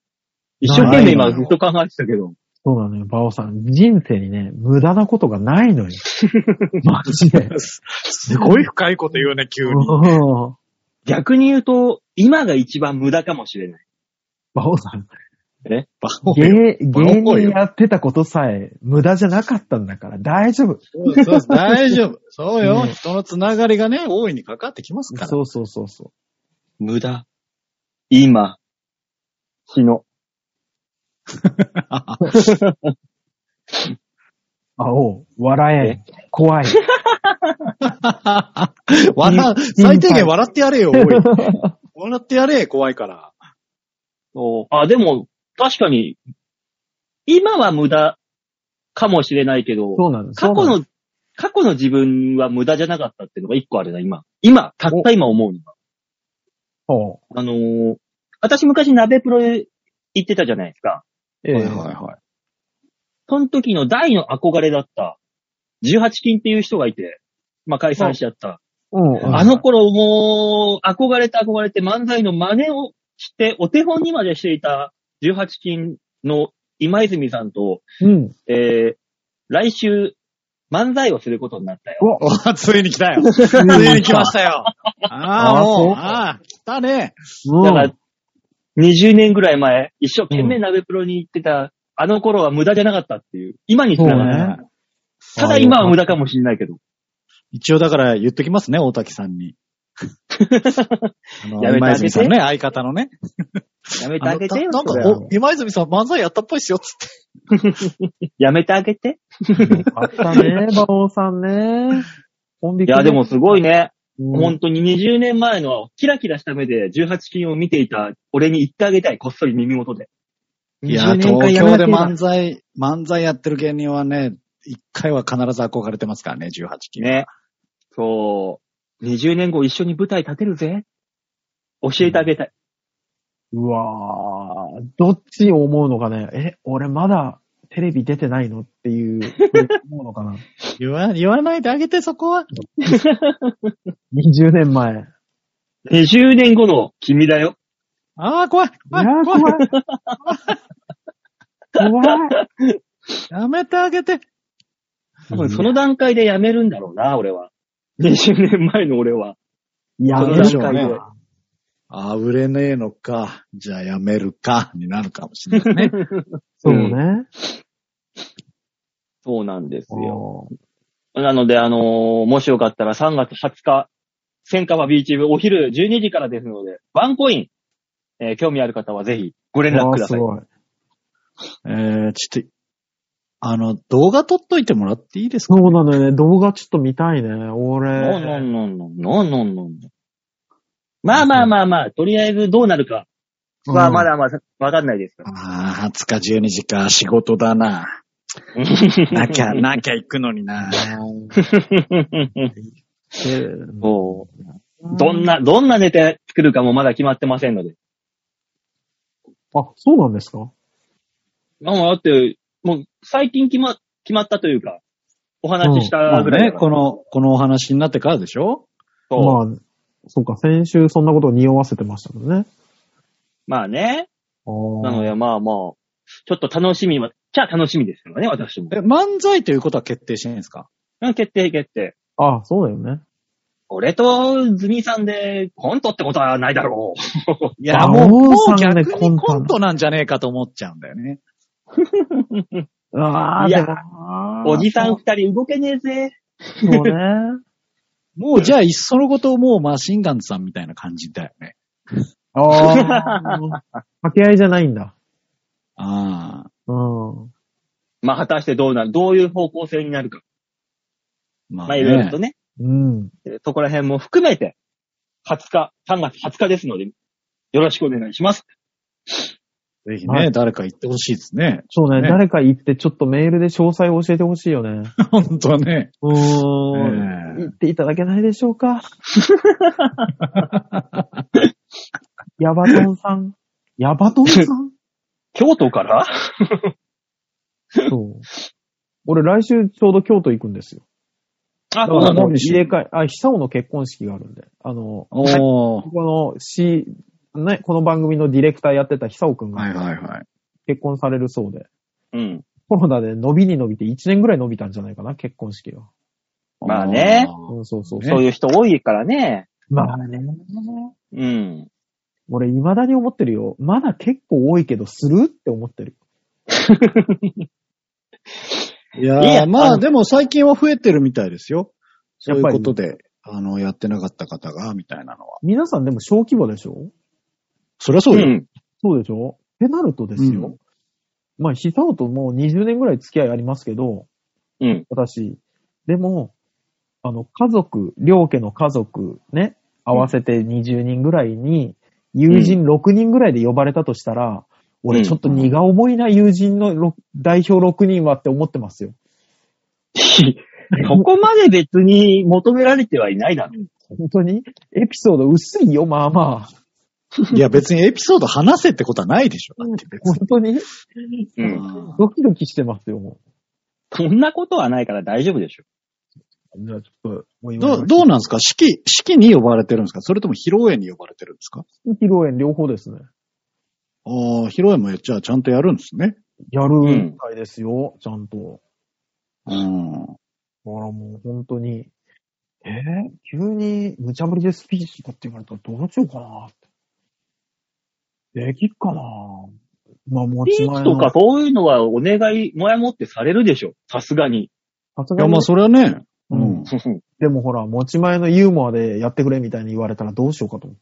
Speaker 2: 一生懸命
Speaker 4: な
Speaker 2: 今
Speaker 4: いな
Speaker 2: ずっと考えてたけど。
Speaker 3: そうなのよ、バオさん。人生にね、無駄なことがない
Speaker 4: [laughs]
Speaker 3: のよ。マジで。
Speaker 4: すごい深いこと言うね、急
Speaker 3: うん
Speaker 2: 逆に言うと、今が一番無駄かもしれない。
Speaker 3: バオさん、芸、
Speaker 4: えバオよ
Speaker 3: 芸人やってたことさえ無駄じゃなかったんだから大丈夫。
Speaker 4: そうですそうです大丈夫。そうよ。
Speaker 3: ね
Speaker 4: 人のつながりがね、大いにかかってきますから。
Speaker 3: そうそうそうそ
Speaker 2: 無駄。今。日の。
Speaker 3: う。あおう、笑え、
Speaker 2: [laughs]
Speaker 3: 怖い。
Speaker 4: 笑う、最低限笑ってやれよ、 [laughs] おい笑ってやれ、怖いから。
Speaker 2: そうあ、でも、確かに、今は無駄かもしれないけど、
Speaker 3: そうなんです。
Speaker 2: 過去
Speaker 3: そうなんで
Speaker 2: の、過去の自分は無駄じゃなかったっていうのが一個あるな、今。今、たった今思うのが。
Speaker 3: すおう
Speaker 2: あのー私昔鍋プロへ行ってたじゃないですか。
Speaker 3: ええ
Speaker 4: はいはいはい。
Speaker 2: その時の大の憧れだった、18金っていう人がいて、まあ解散しちゃった。
Speaker 3: うんうん
Speaker 2: あの頃もう、憧れて憧れて漫才の真似をして、お手本にまでしていた18金の今泉さんと、
Speaker 3: うん。
Speaker 2: えー、来週、漫才をすることになったよ。
Speaker 3: お、
Speaker 4: おついに来た [laughs] よ。ついに来ましたよ。ああ、
Speaker 3: あ
Speaker 4: も、
Speaker 3: そうう
Speaker 4: ああ、来たね。
Speaker 3: うん
Speaker 2: だから、20年ぐらい前、一生懸命鍋プロに行ってた、あの頃は無駄じゃなかったっていう。今に繋がる。
Speaker 3: そ
Speaker 2: た
Speaker 3: うね
Speaker 2: だ今は無駄かもしれないけど。
Speaker 4: 一応だから言っときますね、大滝さ [laughs] んに。あの
Speaker 2: やめてあげて
Speaker 4: 今泉さんのね、相方のね。
Speaker 2: やめてあげてよ。
Speaker 4: なんか
Speaker 2: それ、
Speaker 4: お今泉さん漫才やったっぽいっすよ、つって。
Speaker 2: やめてあげて。
Speaker 3: あったね、馬王さんね。コンビ
Speaker 2: いや、でも、すごいね。
Speaker 3: うん
Speaker 2: 本当に20年前のキラキラした目で18金を見ていた俺に言ってあげたい。こっそり耳元で。
Speaker 4: いや、
Speaker 2: 20年間
Speaker 4: 東
Speaker 2: やめな
Speaker 4: 京で
Speaker 2: ければ
Speaker 4: 漫才、漫才やってる芸人はね、一回は必ず憧れてますからね、18期。
Speaker 2: ね。そう。20年後一緒に舞台立てるぜ。教えてあげたい。
Speaker 3: うわぁ、どっちを思うのかね。え、俺まだテレビ出てないのっていう、思うのか
Speaker 2: [laughs]
Speaker 3: な。
Speaker 4: 言わ、言わないであげて、そこは。
Speaker 3: 20年前。
Speaker 2: 20年後の君だよ。
Speaker 4: ああ、怖 [laughs] い。
Speaker 3: いや
Speaker 4: 怖い。
Speaker 3: ー、
Speaker 4: 怖
Speaker 3: 怖
Speaker 4: い
Speaker 3: い。怖い。
Speaker 4: やめてあげて。
Speaker 2: 多分その段階でやめるんだろうな、俺は。20年前の俺は。
Speaker 3: いや、
Speaker 2: その
Speaker 3: め
Speaker 4: 段階で
Speaker 3: るか
Speaker 4: ああ、売れねえのか。じゃあやめるか。になるかもしれない [laughs] ね。
Speaker 3: そ
Speaker 2: う
Speaker 3: う
Speaker 2: ん
Speaker 3: ね。
Speaker 2: そうなんですよ。
Speaker 3: おー
Speaker 2: なので、あのーもしよかったら3月20日、千川ビーチ部お昼12時からですので、ワンコイン、えー興味ある方はぜひご連絡
Speaker 3: わ
Speaker 2: く
Speaker 3: ー
Speaker 2: だ
Speaker 3: す
Speaker 2: さい。
Speaker 3: ごい。
Speaker 4: えー、ちょっと、あの、動画撮っといてもらっていいです
Speaker 3: そ
Speaker 4: か
Speaker 3: うなのよね。動画ちょっと見たいね。
Speaker 2: ノン
Speaker 3: 俺。
Speaker 2: ノンノンノンノンノンノン [laughs] まあまあまあまあ、とりあえずどうなるかはまだまだわかんないですから。
Speaker 4: あ20日、12時か、仕事だな。
Speaker 2: [laughs]
Speaker 4: なきゃ、なきゃ行くのにな。
Speaker 2: もう、どんな、どんなネタ作るかもまだ決まってませんので。
Speaker 3: あ、そうなんですか
Speaker 2: まあ、だって、もう最近決ま、決まったというか、お話しした
Speaker 4: まあ
Speaker 2: ぐらいだ
Speaker 4: ね、
Speaker 2: から、
Speaker 4: この、このお話になってからでしょ
Speaker 2: そう
Speaker 3: まあ、そうか、先週そんなことを匂わせてましたもんね。
Speaker 2: まあね。
Speaker 3: あ
Speaker 2: なの
Speaker 3: ー
Speaker 2: で、まあまあ、ちょっと楽しみは、じゃあ楽しみですよね、私も
Speaker 4: え、。漫才ということは決定してないんですか
Speaker 2: うん決定決定。
Speaker 3: あ、そうだよね。
Speaker 2: 俺とズミさんでコントってことはないだろう。
Speaker 4: いや、
Speaker 3: 馬
Speaker 4: もう、
Speaker 3: 王
Speaker 4: もう
Speaker 3: さん
Speaker 4: 逆
Speaker 3: ねコン
Speaker 4: に
Speaker 3: ト
Speaker 4: コントなんじゃねえかと思っちゃうんだよね。
Speaker 3: ああ、
Speaker 2: いや
Speaker 3: でもなー
Speaker 2: おじさん二人動けねえぜ。
Speaker 3: そうね。
Speaker 4: もうじゃあ、いっそのこともうマシンガンズさんみたいな感じだよね。
Speaker 2: [laughs]
Speaker 3: ああ。掛け合いじゃないんだ。
Speaker 4: ああ、
Speaker 3: うん。
Speaker 2: まあ果たしてどうなる、どういう方向性になるか。
Speaker 4: まあ、
Speaker 2: まあ
Speaker 4: ね。
Speaker 2: いろいろとね、
Speaker 3: うん。
Speaker 2: そこら辺も含めて、20日、3月20日ですので、よろしくお願いします。
Speaker 4: ぜひ
Speaker 3: は
Speaker 4: ね、
Speaker 3: い
Speaker 4: 誰か行ってほしいですね。 [laughs]
Speaker 3: そうね。
Speaker 4: ね
Speaker 3: 誰か行ってちょっとメールで詳細を教えてほしいよね。
Speaker 4: 本当ね。
Speaker 3: うーん。
Speaker 4: ええ
Speaker 3: 行っていただけないでしょうか。ヤバトンさん。ヤバトンさん
Speaker 2: 京都から
Speaker 3: そう。俺来週ちょうど京都行くんですよ。
Speaker 2: あ、
Speaker 3: だ
Speaker 2: そう
Speaker 3: か
Speaker 2: な
Speaker 3: ら
Speaker 2: の
Speaker 3: もう入れ替え、あ、久尾の結婚式があるんで。あの、
Speaker 4: お
Speaker 3: こ
Speaker 4: お、
Speaker 3: この、し、ね、この番組のディレクターやってた久尾くん
Speaker 4: はい
Speaker 3: が
Speaker 4: はいはい。
Speaker 3: 結婚されるそうで。
Speaker 2: うん。
Speaker 3: コロナで伸びに伸びて1年ぐらい伸びたんじゃないかな、結婚式が。
Speaker 2: まあね
Speaker 4: あー
Speaker 3: うん、そうそう
Speaker 4: ね
Speaker 3: そう。
Speaker 2: そういう人多いからね。
Speaker 3: まあね。
Speaker 2: うん。
Speaker 3: 俺、未だに思ってるよ。まだ結構多いけど、するって思ってる。
Speaker 4: いやー
Speaker 2: いや
Speaker 4: ま
Speaker 2: あ
Speaker 4: あ
Speaker 2: の
Speaker 4: でも最近は増えてるみたいですよ。そういう
Speaker 3: やっぱ
Speaker 4: こ
Speaker 3: り
Speaker 4: とで、あの、やってなかった方が、みたいなのは。
Speaker 3: 皆さんでも小規模でしょ
Speaker 4: そりゃそううよ。
Speaker 2: ん。
Speaker 3: そうでしょってなるとですよ。まあ、久男ともう20年ぐらい付き合いありますけど、
Speaker 2: うん。
Speaker 3: 私。でも、あの、家族、両家の家族、ね、合わせて20人ぐらいに、友人6人ぐらいで呼ばれたとしたら、
Speaker 2: う
Speaker 3: 俺
Speaker 2: ん
Speaker 3: ちょっと荷が重いな、友人のろ代表6人はって思ってますよ。
Speaker 2: そこまで別に求められてはいないだろう。
Speaker 3: 本当にエピソード薄いよ、まあまあ。
Speaker 4: いや、別にエピソード話せってことはないでしょ。だって別
Speaker 3: 本当に
Speaker 2: う
Speaker 4: に。
Speaker 2: ん。
Speaker 4: あー
Speaker 3: ドキドキしてますよ、も
Speaker 2: そんなことはないから大丈夫でしょ。
Speaker 3: う。じゃあちょっと、もう今
Speaker 4: どう、どうなんですか式、式に呼ばれてるんですかそれとも披露宴に呼ばれてるんですか
Speaker 3: 披露宴両方ですね。
Speaker 4: ああ、披露宴もじゃあちゃんとやるんですね。
Speaker 3: やるみたいですよ、ちゃんと。
Speaker 4: うん。
Speaker 3: だからもう本当に、えー急に無茶ぶりでスピーチとかって言われたらどうしようかなって。できっかなまあ、持
Speaker 2: ピ
Speaker 3: ち
Speaker 2: ー
Speaker 3: 前
Speaker 2: チ
Speaker 3: の
Speaker 2: とかそういうのはお願い、もやもってされるでしょ。さすがに。
Speaker 3: さす
Speaker 4: い
Speaker 3: が
Speaker 4: や、
Speaker 3: に
Speaker 4: まあそれはね、う
Speaker 3: うんん。でもほら、持ち前のユーモアでやってくれみたいに言われたらどうしようかと思っ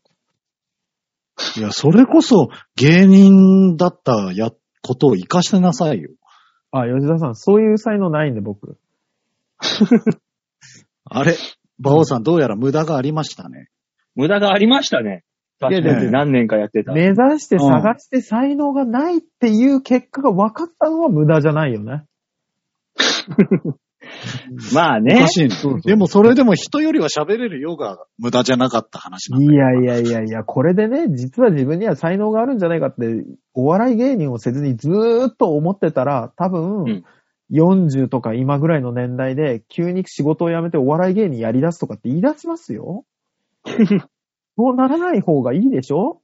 Speaker 3: て。
Speaker 4: いや、それこそ芸人だったや、ことを活かしてなさいよ。
Speaker 3: あ、吉田さん、そういう才能ないんで、僕。
Speaker 4: あれ、馬王さんどうやら無駄がありましたね。
Speaker 2: 無駄がありましたね。確
Speaker 4: いや
Speaker 2: か
Speaker 4: いや
Speaker 2: に何年かやってた。
Speaker 3: 目指して探して才能がないっていう結果が分かったのは無駄じゃないよね。
Speaker 2: まあ
Speaker 4: お
Speaker 2: ね
Speaker 4: か。しいね
Speaker 3: そうそう
Speaker 4: でもそれでも人よりは喋れるよが無駄じゃなかった話なんだ
Speaker 3: い
Speaker 4: よ
Speaker 3: やいやいやいや、これでね、実は自分には才能があるんじゃないかって、お笑い芸人をせずにずーっと思ってたら、多
Speaker 2: う
Speaker 3: 分
Speaker 2: ん、
Speaker 3: 40とか今ぐらいの年代で、急に仕事を辞めてお笑い芸人やり出すとかって言い出します [laughs] よ。そうならない方がいいでしょ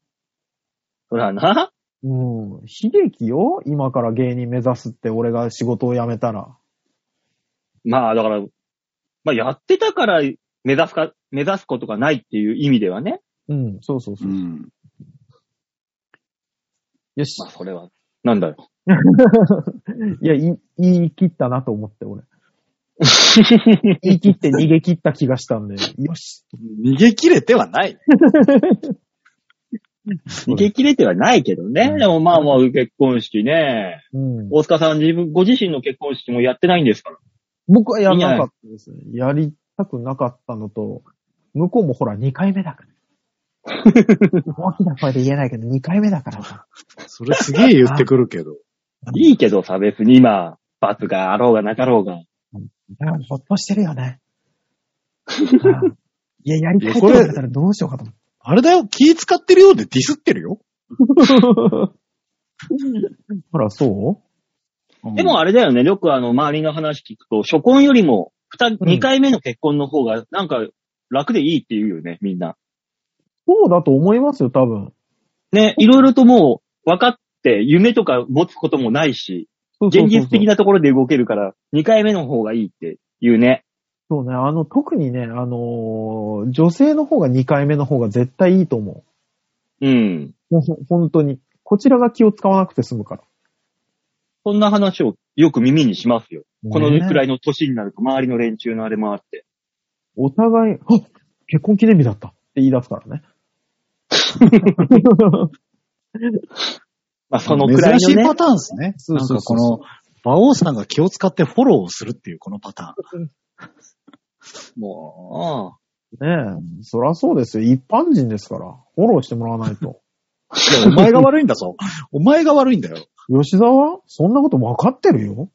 Speaker 2: ほらな。
Speaker 3: うん。悲劇よ今から芸人目指すって、俺が仕事を辞めたら。
Speaker 2: まあだから、まあやってたから目指すか、目指すことがないっていう意味ではね。
Speaker 3: うん、そうそうそうう。
Speaker 4: ん。
Speaker 3: よし
Speaker 2: ま。あそれは、なんだよ。
Speaker 3: いや、い言い切ったなと思って、俺。言い切って逃げ切った気がしたんで、 [laughs] よし。
Speaker 4: 逃げ切れてはない。
Speaker 2: 逃げ切れてはないけどね。でもまあまあ結婚式ね。
Speaker 3: うん。
Speaker 2: 大塚さん自分、ご自身の結婚式もやってないんですから。
Speaker 3: 僕はやらなかったですね。やりたくなかったのと、向こうもほら2回目だから。 [laughs] 大きな声で言えないけど、2回目だからさ。
Speaker 4: それすげえ言ってくるけど。
Speaker 2: いいけどさ、別に今、罰があろうがなかろう
Speaker 3: [laughs]
Speaker 2: が。
Speaker 3: だから、ほっとしてるよ [laughs] ね。うんいや、やりたいって言われたらどうしようかと思って。
Speaker 4: あれだよ、気使ってるようでディスってるよ。
Speaker 3: ほら、そう
Speaker 2: でもあれだよね、よくあの、周りの話聞くと、初婚よりも、二、二回目の結婚の方が、なんか、楽でいいって言うよね、みんな。
Speaker 3: そうだと思いますよ、多分。
Speaker 2: ね、いろいろともう、分かって、夢とか持つこともないし、
Speaker 3: そうそうそ
Speaker 2: 現
Speaker 3: うそう
Speaker 2: 実的なところで動けるから、二回目の方がいいって言うね。
Speaker 3: そうね、あの、特にね、あのー女性の方が2回目の方が絶対いいと思
Speaker 2: うん。
Speaker 3: う。もうほ本当に。こちらが気を使わなくて済むから。
Speaker 2: そんな話をよく耳にしますよ。このくら
Speaker 3: い。
Speaker 2: いの年になると、周りの連中のあれもあって。
Speaker 3: お互い、あ結婚記念日だったって言い出すからね。
Speaker 2: まあ、そのくらいの
Speaker 4: 珍しい
Speaker 2: ね
Speaker 4: パ。ターンですね。
Speaker 3: [laughs] そうそうそう
Speaker 4: なんかこの、馬王さんが気を使ってフォローをするっていうこのパターン。
Speaker 2: も
Speaker 3: ねえ、そらそうですよ。一般人ですから。フォローしてもらわない [laughs] と。
Speaker 4: いやお前が悪いんだぞ。 [laughs] お前が悪いんだよ。
Speaker 3: 吉沢そんなこと分かってるよ。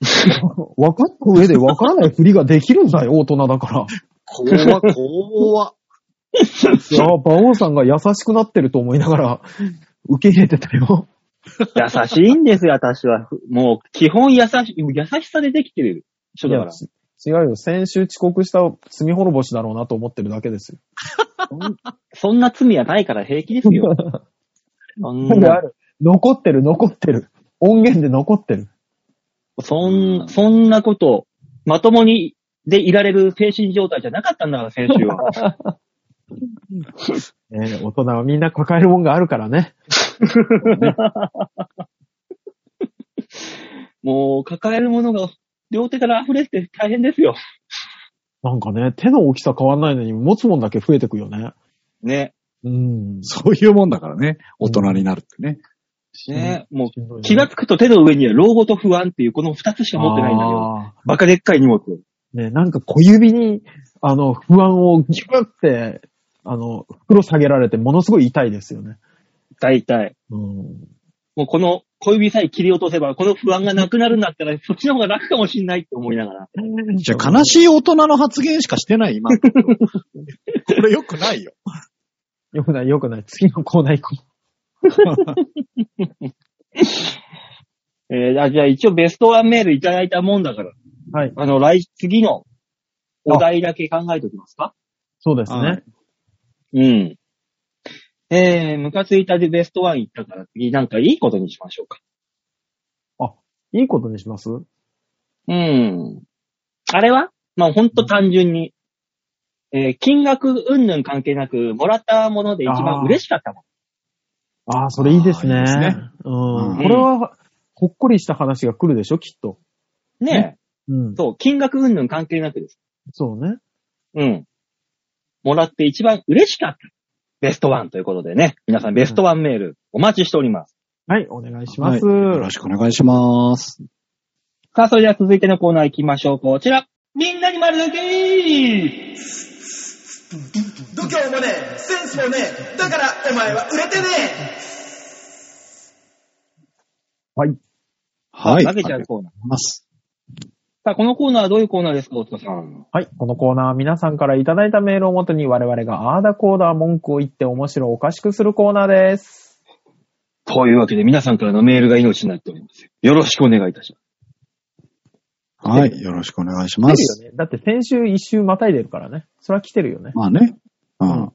Speaker 3: [laughs] 分かった上で分からないふりができるんだよ、大人だ [laughs] から。
Speaker 4: 怖、怖。
Speaker 3: いや、馬王さんが優しくなってると思いながら、受け入れてたよ。
Speaker 2: う、優しいんですよ、私は。もう、基本優し、優しさでできてる人
Speaker 3: い
Speaker 2: だ
Speaker 3: や
Speaker 2: から。
Speaker 3: ち違うよ。先週遅刻した罪滅ぼしだろうなと思ってるだけですよ。
Speaker 2: そんな罪はないから平気です
Speaker 3: [laughs]
Speaker 2: よ。そん
Speaker 3: であ
Speaker 2: な、
Speaker 3: る残ってる、残ってる。音源で残ってる。
Speaker 2: そん、そんなこと、まともに、でいられる精神状態じゃなかったんだから、先週は。
Speaker 3: ねえ大人はみんな抱えるもんがあるからね。
Speaker 2: もう、抱えるものが、両手から溢れて大変ですよ。
Speaker 3: なんかね、手の大きさ変わんないのに、持つもんだけ増えてくよね。
Speaker 2: ね。
Speaker 3: うん。
Speaker 4: [laughs] そういうもんだからね。大人になるってね。
Speaker 2: ね。もう、
Speaker 3: しんどいね
Speaker 2: 気がつくと手の上には老後と不安っていう、この二つしか持ってないんだよ。
Speaker 3: あ
Speaker 2: バカでっかい荷物。
Speaker 3: ーね、なんか小指に、あの、不安をギュッて、あの、袋下げられて、ものすごい痛いですよね。
Speaker 2: 大体。
Speaker 3: うん。
Speaker 2: もうこの小指さえ切り落とせば、この不安がなくなるんだったら、そっちの方が楽かもしんないって思いながら。
Speaker 4: じゃあ悲しい大人の発言しかしてな
Speaker 2: [laughs]
Speaker 4: い、今のところ。これ良くないよ。
Speaker 3: よくない、よくない。次のコーナー行こ
Speaker 2: えーあじゃあ一応ベストワンメールいただいたもんだから、
Speaker 3: う。はい。
Speaker 2: あの、来、次のお題だけ考えておきますか
Speaker 3: そうですね。
Speaker 4: はい
Speaker 2: うん。えー、ムカついたでベストワン行ったから、次なんかいいことにしましょうか。
Speaker 3: いいことにします
Speaker 2: うん。あれはまあほんと単純に、えー金額云々関係なく、もらったもので一番嬉しかったも
Speaker 3: ああ、それいいですね。
Speaker 4: あーいいですね
Speaker 3: うん。
Speaker 4: うん
Speaker 3: これは、ほっこりした話が来るでしょ、きっと。
Speaker 2: ん。ね
Speaker 3: うん
Speaker 2: え。。そう、金額云々関係なくです。
Speaker 3: そうね。
Speaker 2: うん。もらって一番嬉しかった。ベストワンということでね、皆さんベストワンメールお待ちしております。
Speaker 3: はい、お願いします。
Speaker 4: よろしくお願いします。
Speaker 2: さあ、それでは続いてのコーナー行きましょう。こちら。みんなに丸抜き
Speaker 1: 度胸もねえセンスもねえだからお前は売れてねえ
Speaker 3: はい。
Speaker 4: はい。
Speaker 2: 投げちゃうコーナー。
Speaker 4: ます。
Speaker 2: さあ、このコーナーはどういうコーナーですか、大塚さん。
Speaker 3: はい。このコーナーは皆さんからいただいたメールをもとに我々があーだこーだ文句を言って面白おかしくするコーナーです。
Speaker 2: というわけで、皆さんからのメールが命になっておりますよ。よろしくお願いいたし
Speaker 4: はい。よろしくお願いし
Speaker 3: 来
Speaker 4: ま
Speaker 3: て
Speaker 4: す。
Speaker 3: るよね。だって先週一週またいでるからね。それは来てるよね。
Speaker 4: まあね。う
Speaker 3: うん
Speaker 4: ん。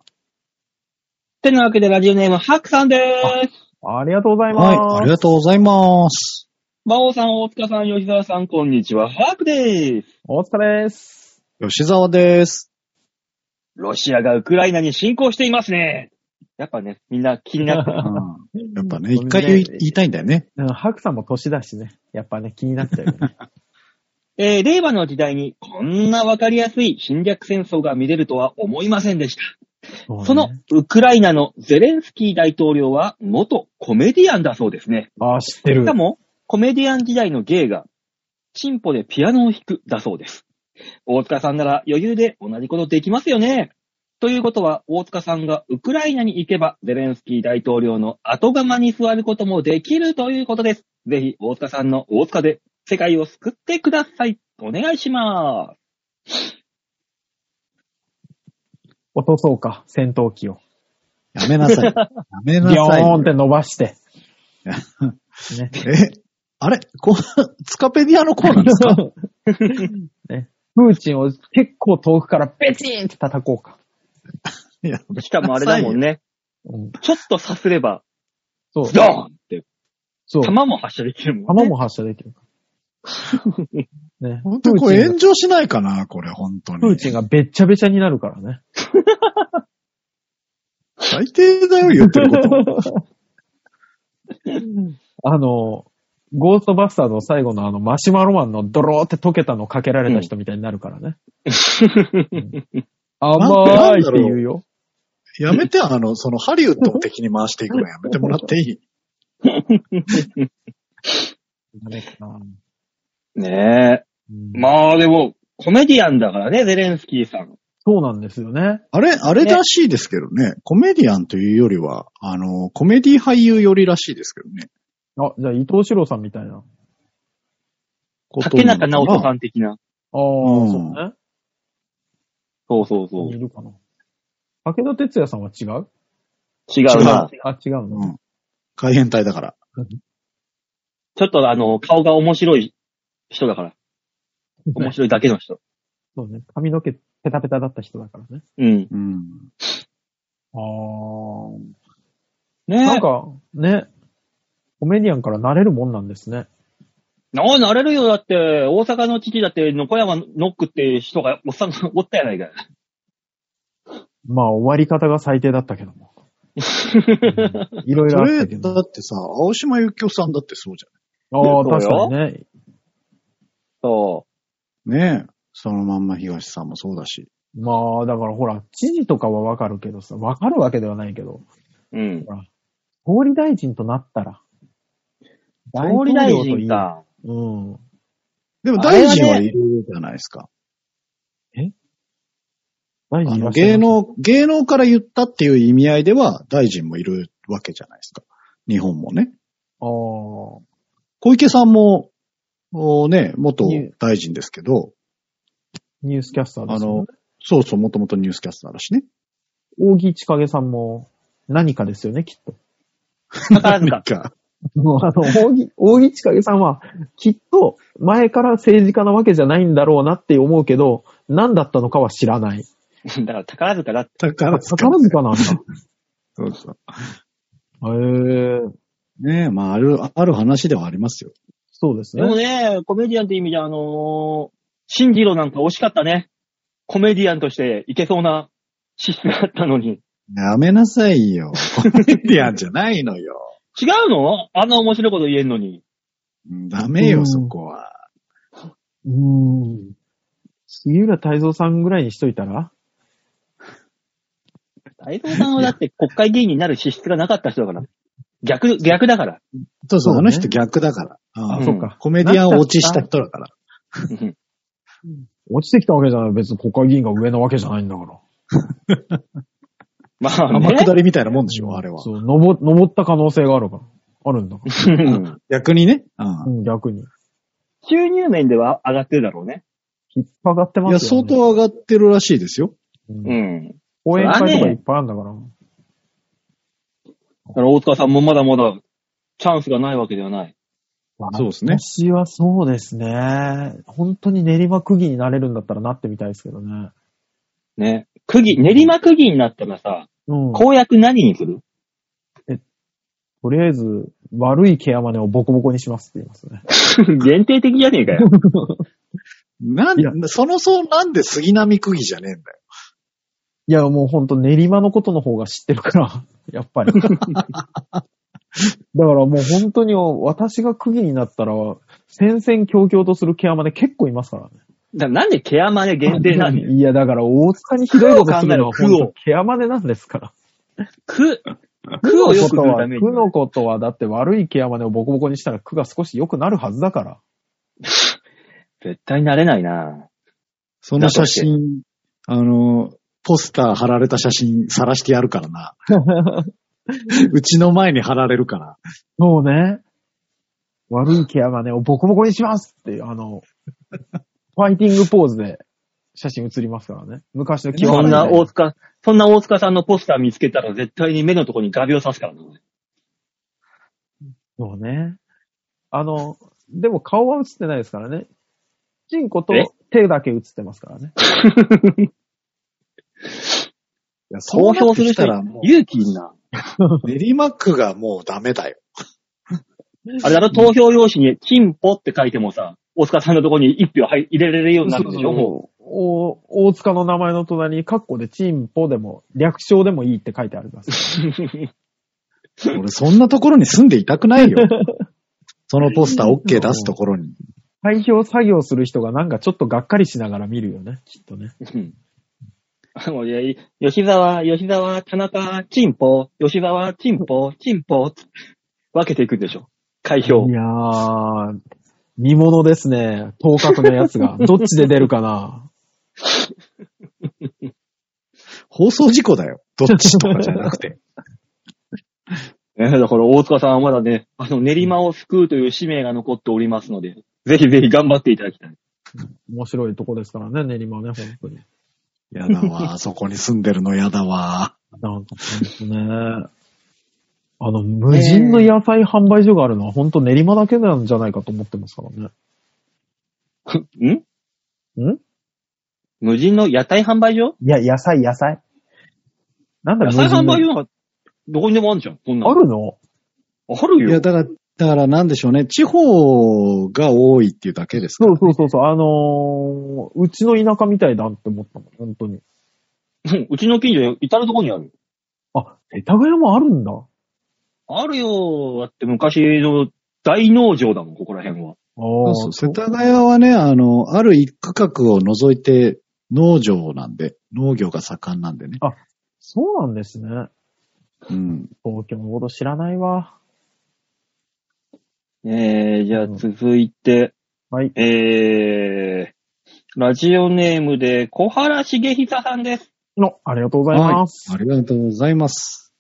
Speaker 2: てなわけで、ラジオネーム、ハクさんでーす。
Speaker 3: ありがとうございます。
Speaker 4: はい。ありがとうございます。
Speaker 2: 馬王さん、大塚さん、吉沢さん、こんにちは。ハクでーす。
Speaker 3: お疲れです。
Speaker 4: 吉沢です。
Speaker 2: ロシアがウクライナに侵攻していますね。やっぱね、みんな気になってる。
Speaker 4: うんやっぱね、一回言い言いたいんだよね。
Speaker 3: [laughs] うん、ハクさんも年だしね。やっぱね、気になっちゃうよね。
Speaker 2: えー令和の時代にこんなわかりやすい侵略戦争が見れるとは思いませんでした。
Speaker 3: うね
Speaker 2: そのウクライナのゼレンスキー大統領は元コメディアンだそうですね。
Speaker 3: あー、知ってる
Speaker 2: しか。も、コメディアン時代の芸が、チンポでピアノを弾くだそうです。大塚さんなら余裕で同じことできますよね。ということは、大塚さんがウクライナに行けば、ゼレンスキー大統領の後釜に座ることもできるということです。ぜひ、大塚さんの大塚で世界を救ってください。お願いします。
Speaker 3: 落とそうか、戦闘機を。
Speaker 4: やめなさい。やめ
Speaker 3: ビ
Speaker 4: な
Speaker 3: ョ
Speaker 4: さい
Speaker 3: ーンって伸ばして。ね。
Speaker 4: え、あれこ [laughs] スカペディアのコーナーで
Speaker 3: [laughs]
Speaker 4: すか
Speaker 3: ねプーチンを結構遠くからベチンって叩こうか。
Speaker 4: やめ
Speaker 2: しかもあれだもん
Speaker 3: [laughs]
Speaker 2: ね。
Speaker 3: うん、
Speaker 2: ちょっとさすれば、
Speaker 3: そう。
Speaker 2: ドーンって、
Speaker 3: そう。
Speaker 2: 弾も発射できるもんね。
Speaker 3: 弾も発射できるから。ね。
Speaker 4: [laughs] 本当にこれ炎上しないかなこれ本当に。
Speaker 3: プーチンがべっちゃべちゃになるからね。
Speaker 4: 最低だよ、言ってる
Speaker 3: [laughs]
Speaker 4: こと。
Speaker 3: あの、ゴーストバスターズの最後のあのマシュマロマンのドローって溶けたのかけられた人みたいになるからね。甘いって言うよ。
Speaker 4: やめて、あの、そのハリウッドを敵に回していくのやめてもらっていい
Speaker 3: ダメかな
Speaker 2: ね
Speaker 3: うん
Speaker 2: え。まあでも、コメディアンだからね、ゼレンスキーさん。
Speaker 3: そうなんですよね。
Speaker 4: あれ、あれらしいですけどね。コメディアンというよりは、あの、コメディ俳優よりらしいですけどね。
Speaker 3: あ、じゃあ伊藤四郎さんみたいな。ああ、
Speaker 2: 竹中直人さ
Speaker 4: ん。
Speaker 2: ん的な。
Speaker 4: うん
Speaker 3: そう
Speaker 2: そうそうそう
Speaker 3: ね。。いるかな。武田哲也さんは違う
Speaker 2: 違うな。
Speaker 3: あ、違うの、
Speaker 4: うん。海変態だから。
Speaker 2: ちょっとあの、顔が面白い人だから。面白いだけの人。
Speaker 3: そうね。髪の毛ペタペタだった人だからね。
Speaker 2: うん。
Speaker 4: うん。
Speaker 3: ああ。
Speaker 2: ねえ。
Speaker 3: なんか、ね、コメディアンからなれるもんなんですね。
Speaker 2: なあ、なれるよ。だって、大阪の父だって、野小山ノックっていう人が、おっさんがおったやないか。
Speaker 3: まあ、終わり方が最低だったけど
Speaker 2: [laughs]
Speaker 3: も。うんいろい
Speaker 4: そ
Speaker 3: ろあっ
Speaker 4: れ、
Speaker 3: たけ
Speaker 4: だ
Speaker 3: ど。
Speaker 4: ってさ、青島ゆきおさんだってそうじ
Speaker 3: ああ、
Speaker 2: そう
Speaker 3: 確か
Speaker 2: よ
Speaker 3: にね。
Speaker 2: そ
Speaker 4: ゃん。ねえ。そのまんま東さんもそうだし。
Speaker 3: まあ、だからほら、知事とかはわかるけどさ、わかるわけではないけど、
Speaker 2: う。うん。
Speaker 3: 総理大臣となったら。
Speaker 2: 総理大臣か。
Speaker 3: 大統領といい。うん。
Speaker 4: でも
Speaker 2: あれ
Speaker 4: 大
Speaker 2: はね
Speaker 4: 臣はいるじゃないですか。
Speaker 3: 大
Speaker 4: あ
Speaker 3: 臣いら
Speaker 4: の、
Speaker 3: っしゃ
Speaker 4: 芸
Speaker 3: います
Speaker 4: 能、芸能から言ったっていう意味合いでは、大臣もいるわけじゃないですか。日本もね。小池さんも、おね、元大臣ですけど、
Speaker 3: ああ、ニュースキャスターで
Speaker 4: あ
Speaker 3: すよ、
Speaker 4: の
Speaker 3: ね。、
Speaker 4: そうそう、もともとニュースキャスターだしね。
Speaker 3: 大木千景さんも何かですよね、きっと。
Speaker 2: 宝塚。
Speaker 4: [laughs] か。
Speaker 3: もうあの、大木、大木千景さんは、きっと、前から政治家なわけじゃないんだろうなって思うけど、何だったのかは知らない。
Speaker 2: だから宝塚だって。
Speaker 4: 宝塚。
Speaker 3: 宝塚なんだ。
Speaker 4: そうそう。
Speaker 3: へえ、
Speaker 4: ねえ、まあ、ある、ある話ではありますよ。
Speaker 3: そうです
Speaker 2: でも
Speaker 3: ね。
Speaker 2: ね、コメディアンって意味で、あのー、シンジロなんか惜しかったね。コメディアンとしていけそうな資質があったのに。
Speaker 4: やめなさいよ。コメディアンじゃないのよ。
Speaker 2: 違うのあんな面白いこと言えんのに。
Speaker 4: うんダメ
Speaker 3: う
Speaker 4: よ、
Speaker 3: ん
Speaker 4: そこは。
Speaker 3: うーん。杉浦太蔵さんぐらいにしといたら
Speaker 2: 大東さんはだって国会議員になる資質がなかった人だから。逆、逆だから。
Speaker 4: そうそ
Speaker 3: そう
Speaker 4: う、
Speaker 3: ね
Speaker 4: あの人逆だから。ああ
Speaker 2: うん
Speaker 3: そうか。
Speaker 4: コメディアンを落ちした人だから。
Speaker 2: うん
Speaker 3: 落ちてきたわけじゃない。別に国会議員が上なわけじゃないんだから。
Speaker 2: まあ
Speaker 4: 天
Speaker 2: ね。
Speaker 4: 下りみたいなもんでしょ、あれは。
Speaker 3: そう、登、登った可能性があるから。あるんだから。
Speaker 2: うん
Speaker 4: 逆にね。う
Speaker 3: うんん、逆に。
Speaker 2: 収入面では上がってるだろうね。
Speaker 3: 引っ張がってま
Speaker 4: いや、
Speaker 3: すよ、
Speaker 4: 相
Speaker 3: ね。
Speaker 4: 当上がってるらしいですよ。
Speaker 3: うん
Speaker 2: うん。
Speaker 3: 講演会と
Speaker 2: そ
Speaker 3: か
Speaker 2: れはね
Speaker 3: いっぱいあるんだから。
Speaker 2: だから大塚さんもまだまだチャンスがないわけではない。
Speaker 4: そうですね
Speaker 3: 私はそうですね。本当に練馬区議になれるんだったらなってみたいですけどね。
Speaker 2: ね。区議、練馬区議になったらさ、
Speaker 3: うん。
Speaker 2: 公約何にす [laughs] る
Speaker 3: とりあえず、悪いケアマネをボコボコにしますって言います
Speaker 4: [laughs]
Speaker 3: ね。
Speaker 2: 限定的じゃねえかよ。
Speaker 4: ない
Speaker 3: や
Speaker 4: ん、そのそうなんで杉並区議じゃねえんだよ。
Speaker 3: いや、もうほんと練馬のことの方が知ってるから、 [laughs] やっぱり。だからもう本当に私が区議になったら、戦々恐々とするケアマネ結構いますからね。
Speaker 2: だからなんでケアマネ限定なんだよ。
Speaker 3: いや、だから大塚にひどいことするのは
Speaker 2: 区を考えろ
Speaker 3: 本
Speaker 2: 区を
Speaker 3: 当ケアマネなんですから。
Speaker 2: [laughs] 区、区を良くするために
Speaker 3: 区。のことは、だって悪いケアマネをボコボコにしたら区が少し良くなるはずだから。
Speaker 2: 絶対なれないな
Speaker 4: その写真、あの、ポスター貼られた写真晒してやるから [laughs] な。うちの前に貼られるから。
Speaker 3: そうね。悪いケアマネをボコボコにしますって、あの、
Speaker 2: [laughs]
Speaker 3: ファイティングポーズで写真写りますからね。昔の記
Speaker 2: そ
Speaker 3: 憶
Speaker 2: んな
Speaker 3: みたい
Speaker 2: 大塚、そんな大塚さんのポスター見つけたら絶対に目のとこに画鋲刺すからな。
Speaker 3: そうね。あの、でも顔は写ってないですからね。チンコと
Speaker 2: え
Speaker 3: 手だけ写ってますからね。
Speaker 4: いや
Speaker 2: 公表する人
Speaker 4: そうなってきたらも
Speaker 2: 勇気いんな。
Speaker 4: う、練馬区がもうダメだよ。
Speaker 2: あれだろ、投票用紙にチンポって書いてもさ、大塚さんのとこに一票入入れられるようになるんでしょも
Speaker 3: お大塚の名前の隣に、カッコでチンポでも、略称でもいいって書いてあり
Speaker 2: [laughs]
Speaker 3: ます。
Speaker 4: 俺そんなところに住んでいたくない [laughs] よ。そのポスター OK 出すところに。
Speaker 3: 開票作業する人がなんかちょっとがっかりしながら見るよね、きっとね。
Speaker 2: ううん。 [laughs] あのいやい吉沢、吉沢、田中、チンポ、吉沢、チンポ、チンポ、つ分けていくんでしょ開票
Speaker 3: い。やー、見物ですね。当確のやつ [laughs] が。どっちで出るかな。
Speaker 4: 放送事故だよ。どっちとかじゃなくて。
Speaker 2: ねだから大塚さんはまだね、あの、練馬を救うという使命が残っておりますので、ぜひぜひ頑張っていただきたい。 [laughs]
Speaker 3: 面白いとこですからね、練馬ね、本当に。
Speaker 4: [laughs] やだわ。あそこに住んでるのやだわ。
Speaker 3: なんかほんとね。あの、無人の野菜販売所があるのは本当練馬だけなんじゃないかと思ってますからね。
Speaker 2: ん
Speaker 3: ん
Speaker 2: 無人の屋台販売所
Speaker 3: いや、野菜、野菜。なんだ、
Speaker 2: 野
Speaker 3: 無
Speaker 2: 菜
Speaker 3: 人
Speaker 2: 販売所
Speaker 3: の。
Speaker 2: なんか、どこにでもあるじゃん、こんなの
Speaker 3: あるの
Speaker 2: ある
Speaker 4: い
Speaker 2: よ。
Speaker 4: や、だから、だからなんでしょうね。地方が多いっていうだけですか
Speaker 3: そ
Speaker 4: ら
Speaker 3: うそうそうそう、あのー、うちの田舎みたいだって思ったもん、本当に。
Speaker 2: うんうちの近所に至るとこにある。
Speaker 3: あ、世田谷もあるんだ。
Speaker 2: あるよ。だって昔の大農場だもん、ここら辺は。
Speaker 3: ああ、
Speaker 4: そうそう。世田谷はね、あの、ある一区画を除いて農場なんで、農業が盛んなんでね。
Speaker 3: そうなんですね。
Speaker 4: うん。
Speaker 3: 東京のこと知らないわ。
Speaker 2: えー、じゃあ
Speaker 3: うん
Speaker 2: 続いて、
Speaker 3: はい。
Speaker 2: えー、ラジオネームで小原茂久さんです。
Speaker 3: の、ありがとうございます。
Speaker 4: ありがとうございます。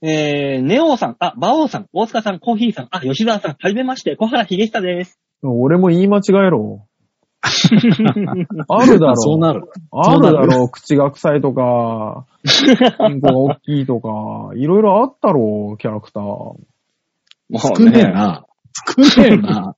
Speaker 2: えー、ネオさん、あ、バオさん、大塚さん、コーヒーさん、あ、吉沢さん、はじめまして、小原茂久です。
Speaker 3: 俺も言い間違え
Speaker 4: [laughs]
Speaker 3: ろ。あるだろ。
Speaker 4: そうなる。
Speaker 3: あるだ
Speaker 4: そうな
Speaker 3: ろ。口が臭いとか、チンコが大きいとか、いろいろあったろ、キャラクター。
Speaker 4: 少ねえな。少ねえな。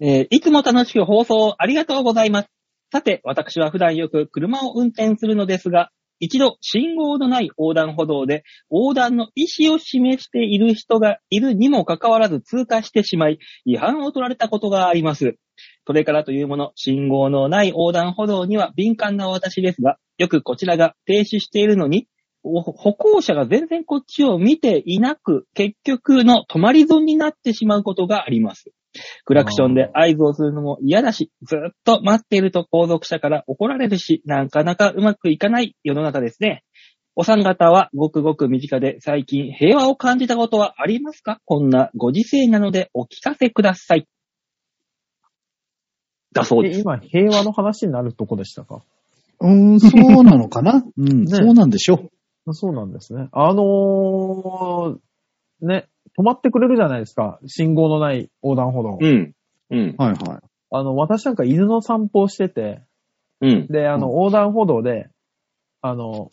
Speaker 2: えーいつも楽しく放送ありがとうございます。さて、私は普段よく車を運転するのですが、一度信号のない横断歩道で横断の意思を示している人がいるにもかかわらず通過してしまい、違反を取られたことがあります。それからというもの、信号のない横断歩道には敏感な私ですが、よくこちらが停止しているのに、お歩行者が全然こっちを見ていなく、結局の止まり損になってしまうことがあります。クラクションで合図をするのも嫌だし、ずっと待っていると後続者から怒られるし、なかなかうまくいかない世の中ですね。お三方はごくごく身近で最近平和を感じたことはありますかこんなご時世なのでお聞かせください。だそう
Speaker 3: え
Speaker 2: です。
Speaker 3: 今、平和の話になるとこでしたか。
Speaker 4: [laughs] うーん、そうなのかなうん、
Speaker 3: ね
Speaker 4: そうなんでしょ
Speaker 3: そうなんですね。あのー、ね、止まってくれるじゃないですか。信号のない横断歩道。
Speaker 2: うん。うん。
Speaker 4: う。はいは
Speaker 3: あの、私なんか犬の散歩をしてて、
Speaker 2: うん。
Speaker 3: で、あの、
Speaker 4: うん
Speaker 3: 横断歩道で、あの、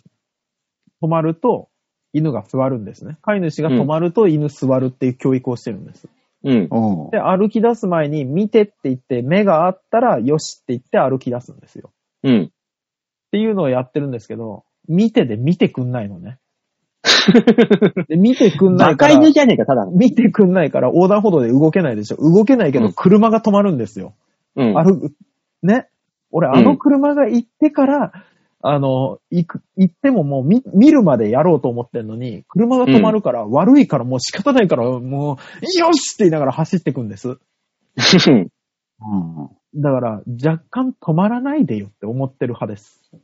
Speaker 3: 止まると、犬が座るんですね。飼い主が止まると犬座るっていう教育をしてるんです。
Speaker 2: うん。
Speaker 4: い。
Speaker 3: で、歩き出す前に、見てって言って、目があったら、よしって言って歩き出すんですよ。 [laughs]
Speaker 2: うん。
Speaker 3: っていうのをやってるんですけど、見てで見てくんないのね。で見てくんない
Speaker 2: バ
Speaker 3: か
Speaker 2: カ
Speaker 3: ら
Speaker 2: 犬、じゃねえか、ただの。
Speaker 3: 見てくんないから横断歩道で動けないでしょ。動けないけ
Speaker 2: う
Speaker 3: ど、
Speaker 2: ん
Speaker 3: 車が止まるんですよ。
Speaker 2: うん。
Speaker 3: ある、ね。俺、
Speaker 2: ん
Speaker 3: あの車が行ってから、あの、行く、行ってももう見、見るまでやろうと思ってんのに、車が止まるから、悪いからもう仕方ないから、もう、よしって言いながら走ってくんです。
Speaker 4: うん。
Speaker 3: だから、若干止まらないでよって思ってる派です。
Speaker 2: [laughs]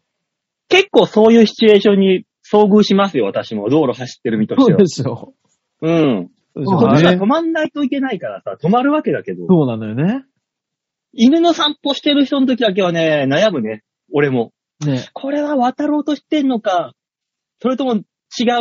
Speaker 2: 結構そういうシチュエーションに遭遇しますよ、私も。道路走ってる身として
Speaker 3: そう
Speaker 2: は
Speaker 3: で。しょ。
Speaker 2: うん。
Speaker 3: そうでし
Speaker 4: ま
Speaker 3: ょ
Speaker 4: あ
Speaker 2: こっ
Speaker 4: ね
Speaker 2: ちは止まんないといけないからさ、止まるわけだけど。
Speaker 3: そうなのよね。
Speaker 2: 犬の散歩してる人の時だけはね、悩むね。俺も。
Speaker 3: ね。
Speaker 2: これは渡ろうとしてんのか、それとも違う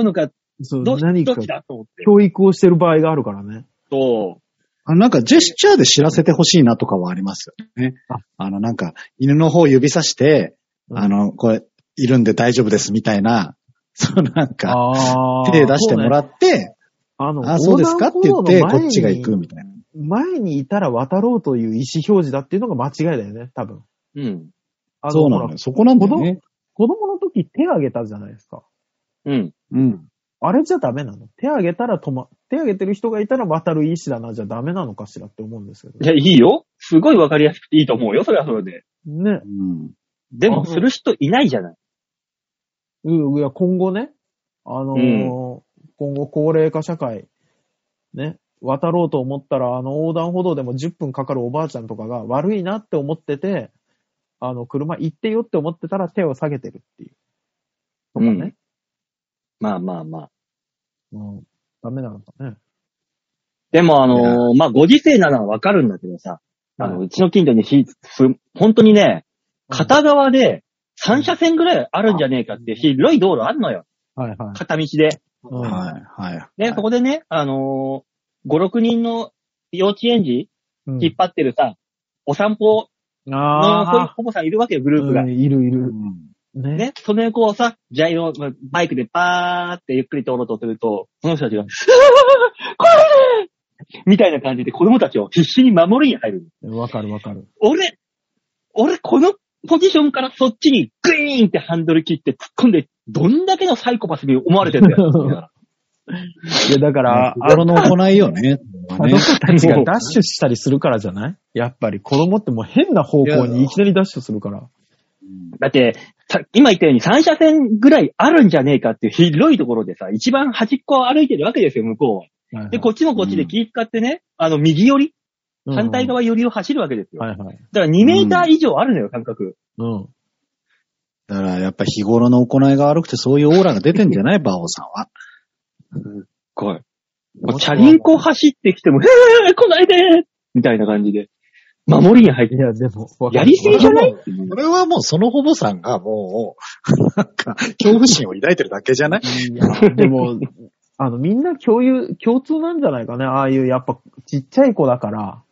Speaker 2: のか、
Speaker 3: そう、
Speaker 2: ど
Speaker 3: 何
Speaker 2: ど
Speaker 3: か
Speaker 2: っちだと思って。
Speaker 3: 教育をしてる場合があるからね。
Speaker 2: そう。
Speaker 4: あなんかジェスチャーで知らせてほしいなとかはありますよね
Speaker 3: あ。
Speaker 4: あのなんか犬の方指さして、
Speaker 3: うん
Speaker 4: あの、これ、いるんで大丈夫ですみたいな、 [laughs] そうなんか、
Speaker 3: あー
Speaker 4: 手出してもらって、
Speaker 3: あの、
Speaker 4: あ、そうですかって言って、
Speaker 3: 横断
Speaker 4: こっちが行くみたいな。
Speaker 3: 前に。前にいたら渡ろうという意思表示だっていうのが間違いだよね、多分。
Speaker 2: うん。
Speaker 3: あの
Speaker 4: そうな
Speaker 3: ほ
Speaker 4: の
Speaker 3: ら
Speaker 4: よ。そこなんだよね。
Speaker 3: 子供の時手あげたじゃないですか。
Speaker 2: うん。
Speaker 4: うん。
Speaker 3: あれじゃダメなの手あげたら止ま、手あげてる人がいたら渡る意思だな、じゃダメなのかしらって思うんですけど
Speaker 2: い。や、いいよ。すごいわかりやすくていいと思うよ、それはそれで。
Speaker 3: ね
Speaker 4: う。ん。
Speaker 2: で
Speaker 3: あ
Speaker 2: も、する人いないじゃない。
Speaker 3: うんいや、今後ね、あのー今後高齢化社会、ね、渡ろうと思ったら、あの横断歩道でも10分かかるおばあちゃんとかが悪いなって思ってて、あの、車行ってよって思ってたら手を下げてるっていう。とかね。
Speaker 2: まあまあまあ。
Speaker 3: うんダメなのかね。
Speaker 2: でも、あのーまあ、ご時世なのはわかるんだけどさ、あの、うちの近所に私立、本当にね、片側で3車線ぐらいあるんじゃねえかって広い道路あんのよ。
Speaker 3: はいはい。
Speaker 2: 片道で。
Speaker 3: うん
Speaker 4: はい、はい。
Speaker 2: で、そこでね、あのー、5、6人の幼稚園児
Speaker 3: うん
Speaker 2: 引っ張ってるさ、お散歩の
Speaker 3: あ
Speaker 2: 保
Speaker 3: あ
Speaker 2: 育、保護さんいるわけよ、グループが
Speaker 3: うん。いるいる。ね。
Speaker 2: ね、その横をさ、ジャイロ、バイクでバーってゆっくり通ろうとすると、その人たちが、うわ [laughs] ーこれみたいな感じで子供たちを必死に守りに入る。
Speaker 3: わかるわかる。
Speaker 2: 俺、俺このポジションからそっちにグイーンってハンドル切って突っ込んで、どんだけのサイコパスに思われてんだ
Speaker 3: [laughs]
Speaker 2: よ。
Speaker 3: いや、だから、あ
Speaker 4: 心の行いよね。
Speaker 3: あの子たちが
Speaker 2: そう
Speaker 3: ダッシュしたりするからじゃないやっぱり子供ってもう変な方向にいきなりダッシュするから。
Speaker 2: だって、さ今言ったように三車線ぐらいあるんじゃねえかっていう広いところでさ、一番端っこを歩いてるわけですよ、向こうは。
Speaker 3: はいはい
Speaker 2: で、こっちもこっちで気使ってね、あの、右寄り、反対側寄りを走るわけですよ。
Speaker 3: はいはい。
Speaker 2: だから2メーター以上あるのよ、感覚。
Speaker 3: うん。
Speaker 4: だからやっぱ日頃の行いが悪くてそういうオーラが出てんじゃないバオさんは。
Speaker 2: 怖い。もうチャリンコ走ってきても、へー来ないでーみたいな感じで。守りに入って
Speaker 3: い、や、でも、わかる
Speaker 2: やりすぎじゃない
Speaker 4: それはもうその保母さんがもう、 [laughs] なんか、恐怖心を抱いてるだけじゃない
Speaker 3: いや、でも、 [laughs] あの、みんな共有、共通なんじゃないかね。ああいう、やっぱ、ちっちゃい子だから、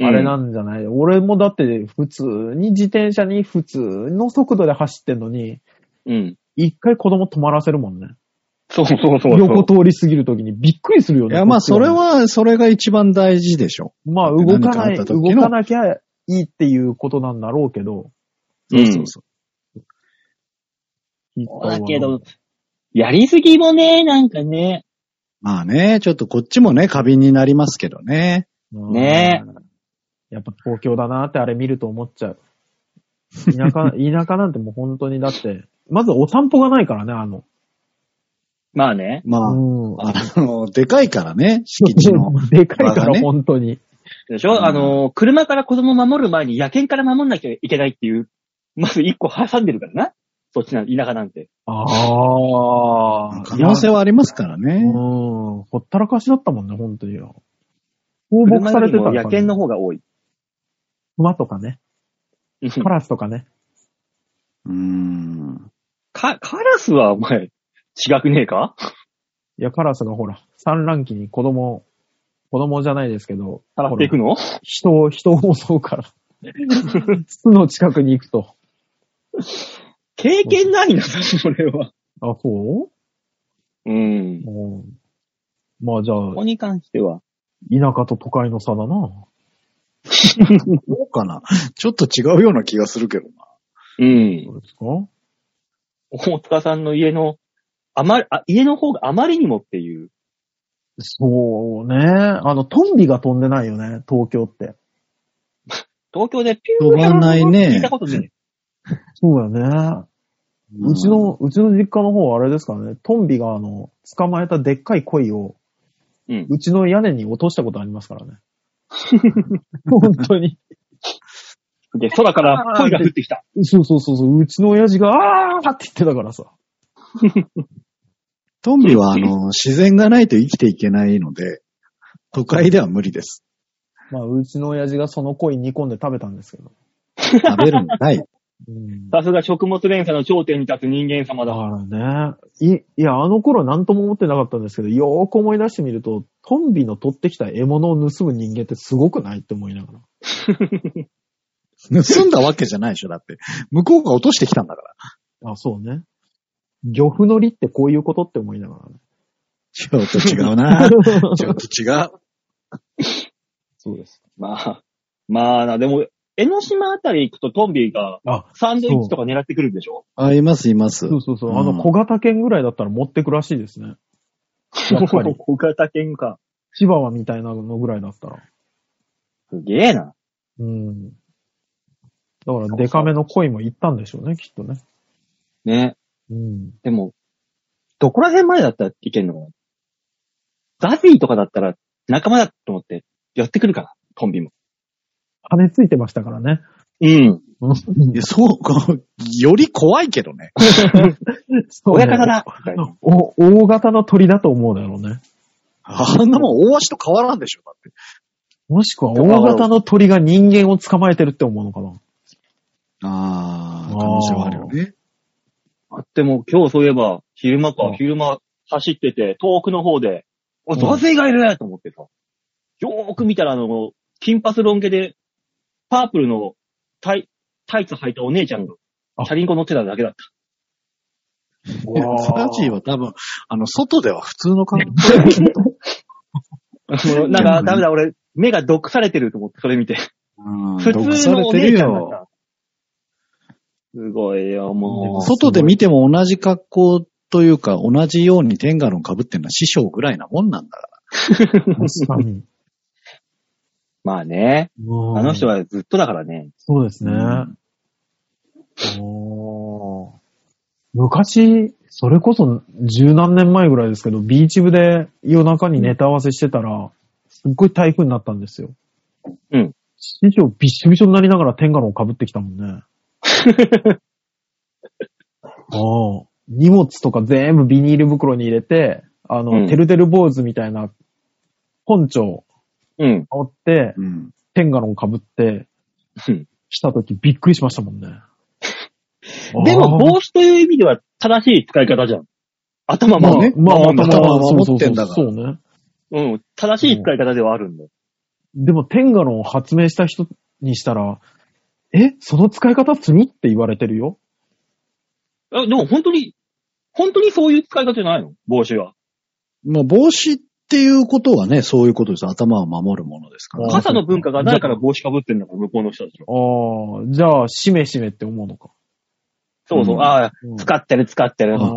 Speaker 3: あれなんじゃない、俺もだって、普通に自転車に普通の速度で走ってんのに、
Speaker 2: うん。
Speaker 3: 一回子供止まらせるもんね。
Speaker 2: そうそうそうそう。
Speaker 3: 横通り過ぎるときにびっくりするよ
Speaker 4: い
Speaker 3: ね。
Speaker 4: や、ま
Speaker 3: こ
Speaker 4: あ
Speaker 3: っ
Speaker 4: そ
Speaker 3: ち
Speaker 4: れは、それが一番大事でしょ。
Speaker 3: まあ、動かな
Speaker 4: 何かあ
Speaker 3: い、
Speaker 4: った
Speaker 3: 動
Speaker 4: 時の
Speaker 3: かなきゃいいっていうことなんだろうけど。
Speaker 2: うん
Speaker 4: そうそう。
Speaker 2: そうだけど、やりすぎもね、なんかね。
Speaker 4: まあね、ちょっとこっちもね、過敏になりますけどね。
Speaker 3: うん、
Speaker 2: ね
Speaker 3: やっぱ東京だなってあれ見ると思っちゃう。
Speaker 4: [laughs]
Speaker 3: 田舎、田舎なんてもう本当にだって、まずお散歩がないからね、あの。
Speaker 2: まあね。
Speaker 4: まあ、
Speaker 3: うん。
Speaker 4: あの、でかいからね、敷地の。
Speaker 3: [laughs] でかいか
Speaker 4: 場が
Speaker 3: ら
Speaker 4: ね
Speaker 3: 本当に。
Speaker 2: でしょ、
Speaker 4: うん
Speaker 2: あの、車から子供守る前に野犬から守んなきゃいけないっていう、まず一個挟んでるからな。そっちな、田舎なんて。
Speaker 3: ああ。
Speaker 4: 可能性
Speaker 3: は
Speaker 4: はありますから
Speaker 3: う
Speaker 4: ね。
Speaker 3: ん。ほったらかしだったもんね、本当に。放牧されてた
Speaker 2: 車よ
Speaker 3: から
Speaker 2: りも野犬の方が多い。
Speaker 3: 馬とかね。
Speaker 2: うん
Speaker 3: カラスとかね。
Speaker 4: うん。
Speaker 2: か、カラスはお前、違くねえか
Speaker 3: いや、カラスがほら、産卵期に子供、子供じゃないですけど、
Speaker 2: 払っていく
Speaker 3: ほら
Speaker 2: の
Speaker 3: 人を、人を襲
Speaker 2: [laughs]
Speaker 3: うから。巣の近くに行くと。
Speaker 2: 経験ないな、それは。
Speaker 3: あ、そう
Speaker 2: うん。
Speaker 3: うん。まあじゃ
Speaker 2: こ
Speaker 3: あ
Speaker 2: こ、に関しては。
Speaker 3: 田舎と都会の差だな。
Speaker 4: そうかな。ちょっと違うような気がするけどな。
Speaker 2: うん
Speaker 3: ど。うですか
Speaker 2: 大塚さんの家の、あまり、あ、家の方があまりにもっていう。
Speaker 3: そうね。あの、トンビが飛んでないよね、東京って。
Speaker 2: 東京でピュー
Speaker 4: 飛ばないね
Speaker 2: 聞いたことね
Speaker 3: そうだよね。うちの、うちの実家の方はあれですからね、トンビがあの、捕まえたでっかい鯉を、
Speaker 2: うん
Speaker 3: うちの屋根に落としたことありますか
Speaker 2: [laughs]
Speaker 3: らね。本当に。
Speaker 2: え。で、空から声が降ってき
Speaker 3: [laughs]
Speaker 2: た。
Speaker 3: そうそうそうそう、うちの親父が、あーって言ってたからさ。
Speaker 4: トンビは、あ
Speaker 3: [laughs]
Speaker 4: の、自然がないと生きていけないので、都会では無理です。
Speaker 3: まあ、うちの親父がその鯉煮込んで食べたんですけど。
Speaker 4: 食べるんかい。
Speaker 3: うん
Speaker 2: さすが食物連鎖の頂点に立つ人間様
Speaker 3: だ
Speaker 2: だ。
Speaker 3: からね、い、いや、あの頃何とも思ってなかったんですけど、よーく思い出してみると、トンビの取ってきた獲物を盗む人間ってすごくないって思いながら。
Speaker 4: [laughs] 盗んだわけじゃないでしょ、だって。向こうが落としてきたんだから。
Speaker 3: あ、そうね。漁夫の利ってこういうことって思いながらね。
Speaker 4: ちょっと違うな [laughs] ちょっと違う。
Speaker 3: そうです。
Speaker 2: まあ、まあな、でも、江ノ島あたり行くとトンビが
Speaker 3: あ、
Speaker 2: サンドイッチとか狙ってくるんでしょ
Speaker 4: あ、います、います。
Speaker 3: そうそうそう。
Speaker 4: うん
Speaker 3: あの小型犬ぐらいだったら持ってくらしいですね。やっぱり
Speaker 2: [laughs] 小型犬か。
Speaker 3: チワワみたいなのぐらいだったら。
Speaker 2: すげえな。
Speaker 3: うん。だからデカめの恋も行ったんでしょうね、きっとね。
Speaker 2: ね。
Speaker 3: うん。
Speaker 2: でも、どこら辺までだったらいけんのザビーとかだったら仲間だと思ってやってくるかな、トンビも。
Speaker 3: 羽ついてましたからね。
Speaker 2: うん。
Speaker 3: うん
Speaker 4: いやそうか、より怖いけどね。
Speaker 3: そうね
Speaker 2: 親方だみたいな
Speaker 3: お、大型の鳥だと思うだろうね。
Speaker 4: あんなもん大足と変わらんでしょ、だって。
Speaker 3: もしくは大型の鳥が人間を捕まえてるって思うのかな。
Speaker 4: あ
Speaker 3: ー
Speaker 4: 可能性はあるよね。
Speaker 2: あ、でも今日そういえば、昼間
Speaker 3: う
Speaker 2: か
Speaker 3: ん、
Speaker 2: 昼間走ってて、遠くの方で、
Speaker 3: う
Speaker 2: あ、
Speaker 3: ん
Speaker 2: ザゼイがいると思ってさ。よーく見たらあの、金髪ロン毛で、パープルのタイ、タイツ履いたお姉ちゃんが
Speaker 3: あ、
Speaker 2: チャリンコ乗ってただけだった。
Speaker 4: いやスタジーは多分、あの、外では普通の格好
Speaker 3: [laughs]
Speaker 4: だけど
Speaker 2: もうなんか、ダメだ、俺、目が毒されてると思って、それ見て。
Speaker 4: うん
Speaker 2: 普
Speaker 4: 毒
Speaker 2: 通
Speaker 4: さ
Speaker 2: の
Speaker 4: れ
Speaker 2: お
Speaker 4: て
Speaker 2: 姉
Speaker 4: る
Speaker 2: ちゃんだっ
Speaker 4: よ。
Speaker 2: た。すごいよ、
Speaker 3: あ
Speaker 2: も
Speaker 3: そ
Speaker 4: 外で見ても同じ格好というか、同じようにテンガロン被ってるのは師匠ぐらいなもんなんだか
Speaker 3: 確かに。
Speaker 2: う。まあね、
Speaker 3: うん
Speaker 2: あの人はずっとだからね。
Speaker 3: そうですね。
Speaker 4: ら。
Speaker 3: おー昔、それこそ十何年前ぐらいですけど、ビーチ部で夜中にネタ合わせしてたら、すっごい台風になったんですよ。
Speaker 2: うん。
Speaker 3: 師匠びっしょびしょになりながら天下のをかぶってきたも
Speaker 2: [laughs]
Speaker 3: んね。ああ。荷物とか全部ビニール袋に入れて、あの、
Speaker 2: うん
Speaker 3: てるてる坊主みたいな本庁を
Speaker 2: うん。
Speaker 3: 煽って、
Speaker 4: うん。
Speaker 3: 天下のをかぶって
Speaker 2: うん、
Speaker 3: したときびっくりしましたもんね。
Speaker 2: でも、
Speaker 3: ああ
Speaker 2: 帽子という意味では正しい使い方じゃん。頭
Speaker 3: まあ
Speaker 2: も
Speaker 4: ね
Speaker 2: ね。
Speaker 3: まあ、
Speaker 4: まあ
Speaker 3: 頭
Speaker 4: 頭
Speaker 3: は
Speaker 4: は守ってんだから
Speaker 3: そうそうそうそうね。
Speaker 2: うん。正しい使い方ではあるんだよ。
Speaker 3: でも、テンガロンを発明した人にしたら、え、その使い方罪って言われてるよ。
Speaker 2: あでも本当に、本当にそういう使い方じゃないの帽子は。
Speaker 4: まあ、帽子っていうことはね、そういうことです。頭を守るものですから、
Speaker 3: あ
Speaker 4: ね。
Speaker 2: 傘の文化がないから帽子かぶってんだから、向こうの人たちは。
Speaker 3: ああ、じゃあ、しめしめって思うのか。
Speaker 2: そうそうう。
Speaker 4: ん
Speaker 2: ああ、
Speaker 3: うん
Speaker 2: 使ってる使ってる
Speaker 3: あ。
Speaker 4: あ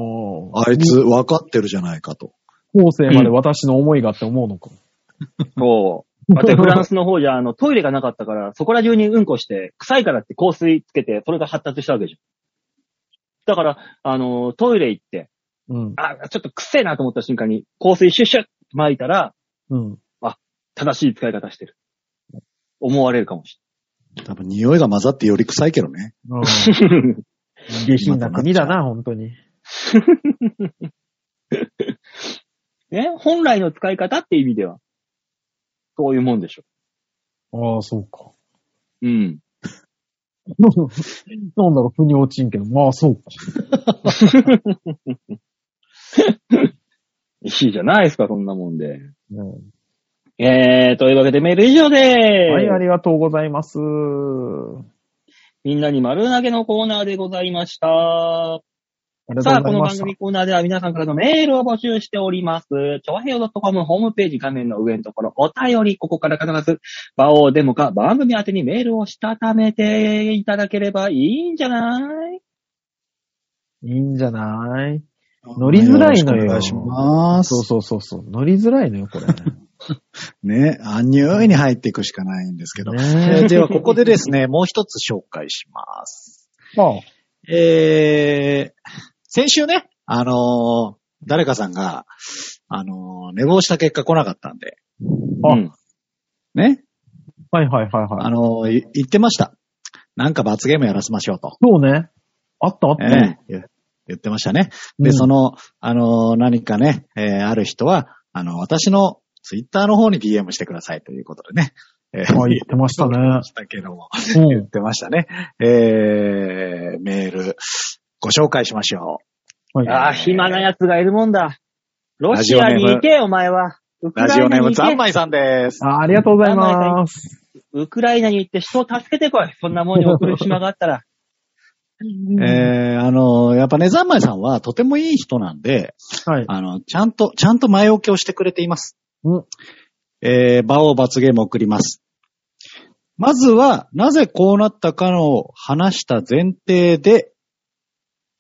Speaker 3: あ
Speaker 4: あいつ分かってるじゃないかと。
Speaker 3: 後世まで私の思いがって思うのか。
Speaker 2: そう。またフランスの方じゃ、あの、トイレがなかったから、そこら中にうんこして、臭いからって香水つけて、それが発達したわけじゃん。だから、あの、トイレ行って、
Speaker 3: うん。
Speaker 2: あ、ちょっと臭いなと思った瞬間に、香水シュッシュッって撒いたら、
Speaker 3: うん。
Speaker 2: 正しい使い方してる。思われるかもし
Speaker 4: 多分匂いが混ざってより臭いけどね。
Speaker 3: う
Speaker 2: [laughs]
Speaker 3: ん
Speaker 2: れない。
Speaker 3: 下品な国だな、本当に。
Speaker 2: ね本来の使い方って意味では、そういうもんでしょ。
Speaker 3: ああ、そうか。 [laughs]
Speaker 2: うん。
Speaker 3: なんだろう、腑に落ちんけど。まあ、そうか。
Speaker 2: いいじゃないですか、そんなもんで。
Speaker 3: うん
Speaker 2: えー、というわけでメール以上でーす。
Speaker 3: はい、ありがとうございます。
Speaker 2: みんなに丸投げのコーナーでございました。
Speaker 3: ありがとう
Speaker 2: さあ、こ
Speaker 3: ござい
Speaker 2: の
Speaker 3: ま
Speaker 2: 番
Speaker 3: した。
Speaker 2: 組コーナーでは皆さんからのメールを募集しております。ちょへよ .com ホームページ画面の上のところ、お便り、ここから必ず、場をデモか番組宛てにメールをしたためていただければいいんじゃない
Speaker 3: いいんじゃない乗りづらいのよ
Speaker 4: お願いします。
Speaker 3: そうそうそうそう。乗りづらいのよ、
Speaker 4: [laughs]
Speaker 3: これ。
Speaker 4: ね、あ匂いに入っていくしかないんですけど。え
Speaker 3: ね
Speaker 4: ーでは、ここでですね、 [laughs] もう一つ紹介します。
Speaker 3: え。まあ、
Speaker 4: えー、先週ね、あのー誰かさんが、あのー寝坊した結果来なかったんで、
Speaker 3: あ
Speaker 2: うん。
Speaker 4: ね、
Speaker 3: はいはいはいは
Speaker 4: あ
Speaker 3: い。
Speaker 4: のーい言ってました。なんか罰ゲームやらせましょうと。
Speaker 3: そうね。あったあった。
Speaker 4: ええ言ってましたね。で、そ
Speaker 3: の、
Speaker 4: の、あのー何かね、えーある人は、あの、私のツイッターの方に DM してくださいということでね、えー
Speaker 3: あ、言ってましたね。
Speaker 4: したけども、
Speaker 3: う
Speaker 4: 言っ
Speaker 3: ん。
Speaker 4: てましたね。えー、メール、ご紹介しましょ
Speaker 3: はい。
Speaker 2: ああ、暇な奴がいるもんだ。ロ
Speaker 4: ラジ
Speaker 2: シ
Speaker 4: オ
Speaker 2: ア
Speaker 4: ネーム
Speaker 2: に行け、お前は。ウ
Speaker 4: う。
Speaker 2: ク
Speaker 4: ラ
Speaker 2: ラ
Speaker 4: ジオ
Speaker 2: イナ
Speaker 4: ネー
Speaker 2: に
Speaker 4: ム、ざん
Speaker 2: 行け。
Speaker 4: まいさんです。
Speaker 3: あありがとうございます。
Speaker 2: ウクライナに行って人を助けてこい。そんなもんに送る暇があったら。
Speaker 4: えー、あの、やっぱね、ざんまいさんはとてもいい人なんで、
Speaker 3: はい。
Speaker 4: あの、ちゃんと、ちゃんと前置きをしてくれています。
Speaker 3: うん
Speaker 4: えー、場を罰ゲームを送ります。まずは、なぜこうなったかのを話した前提で、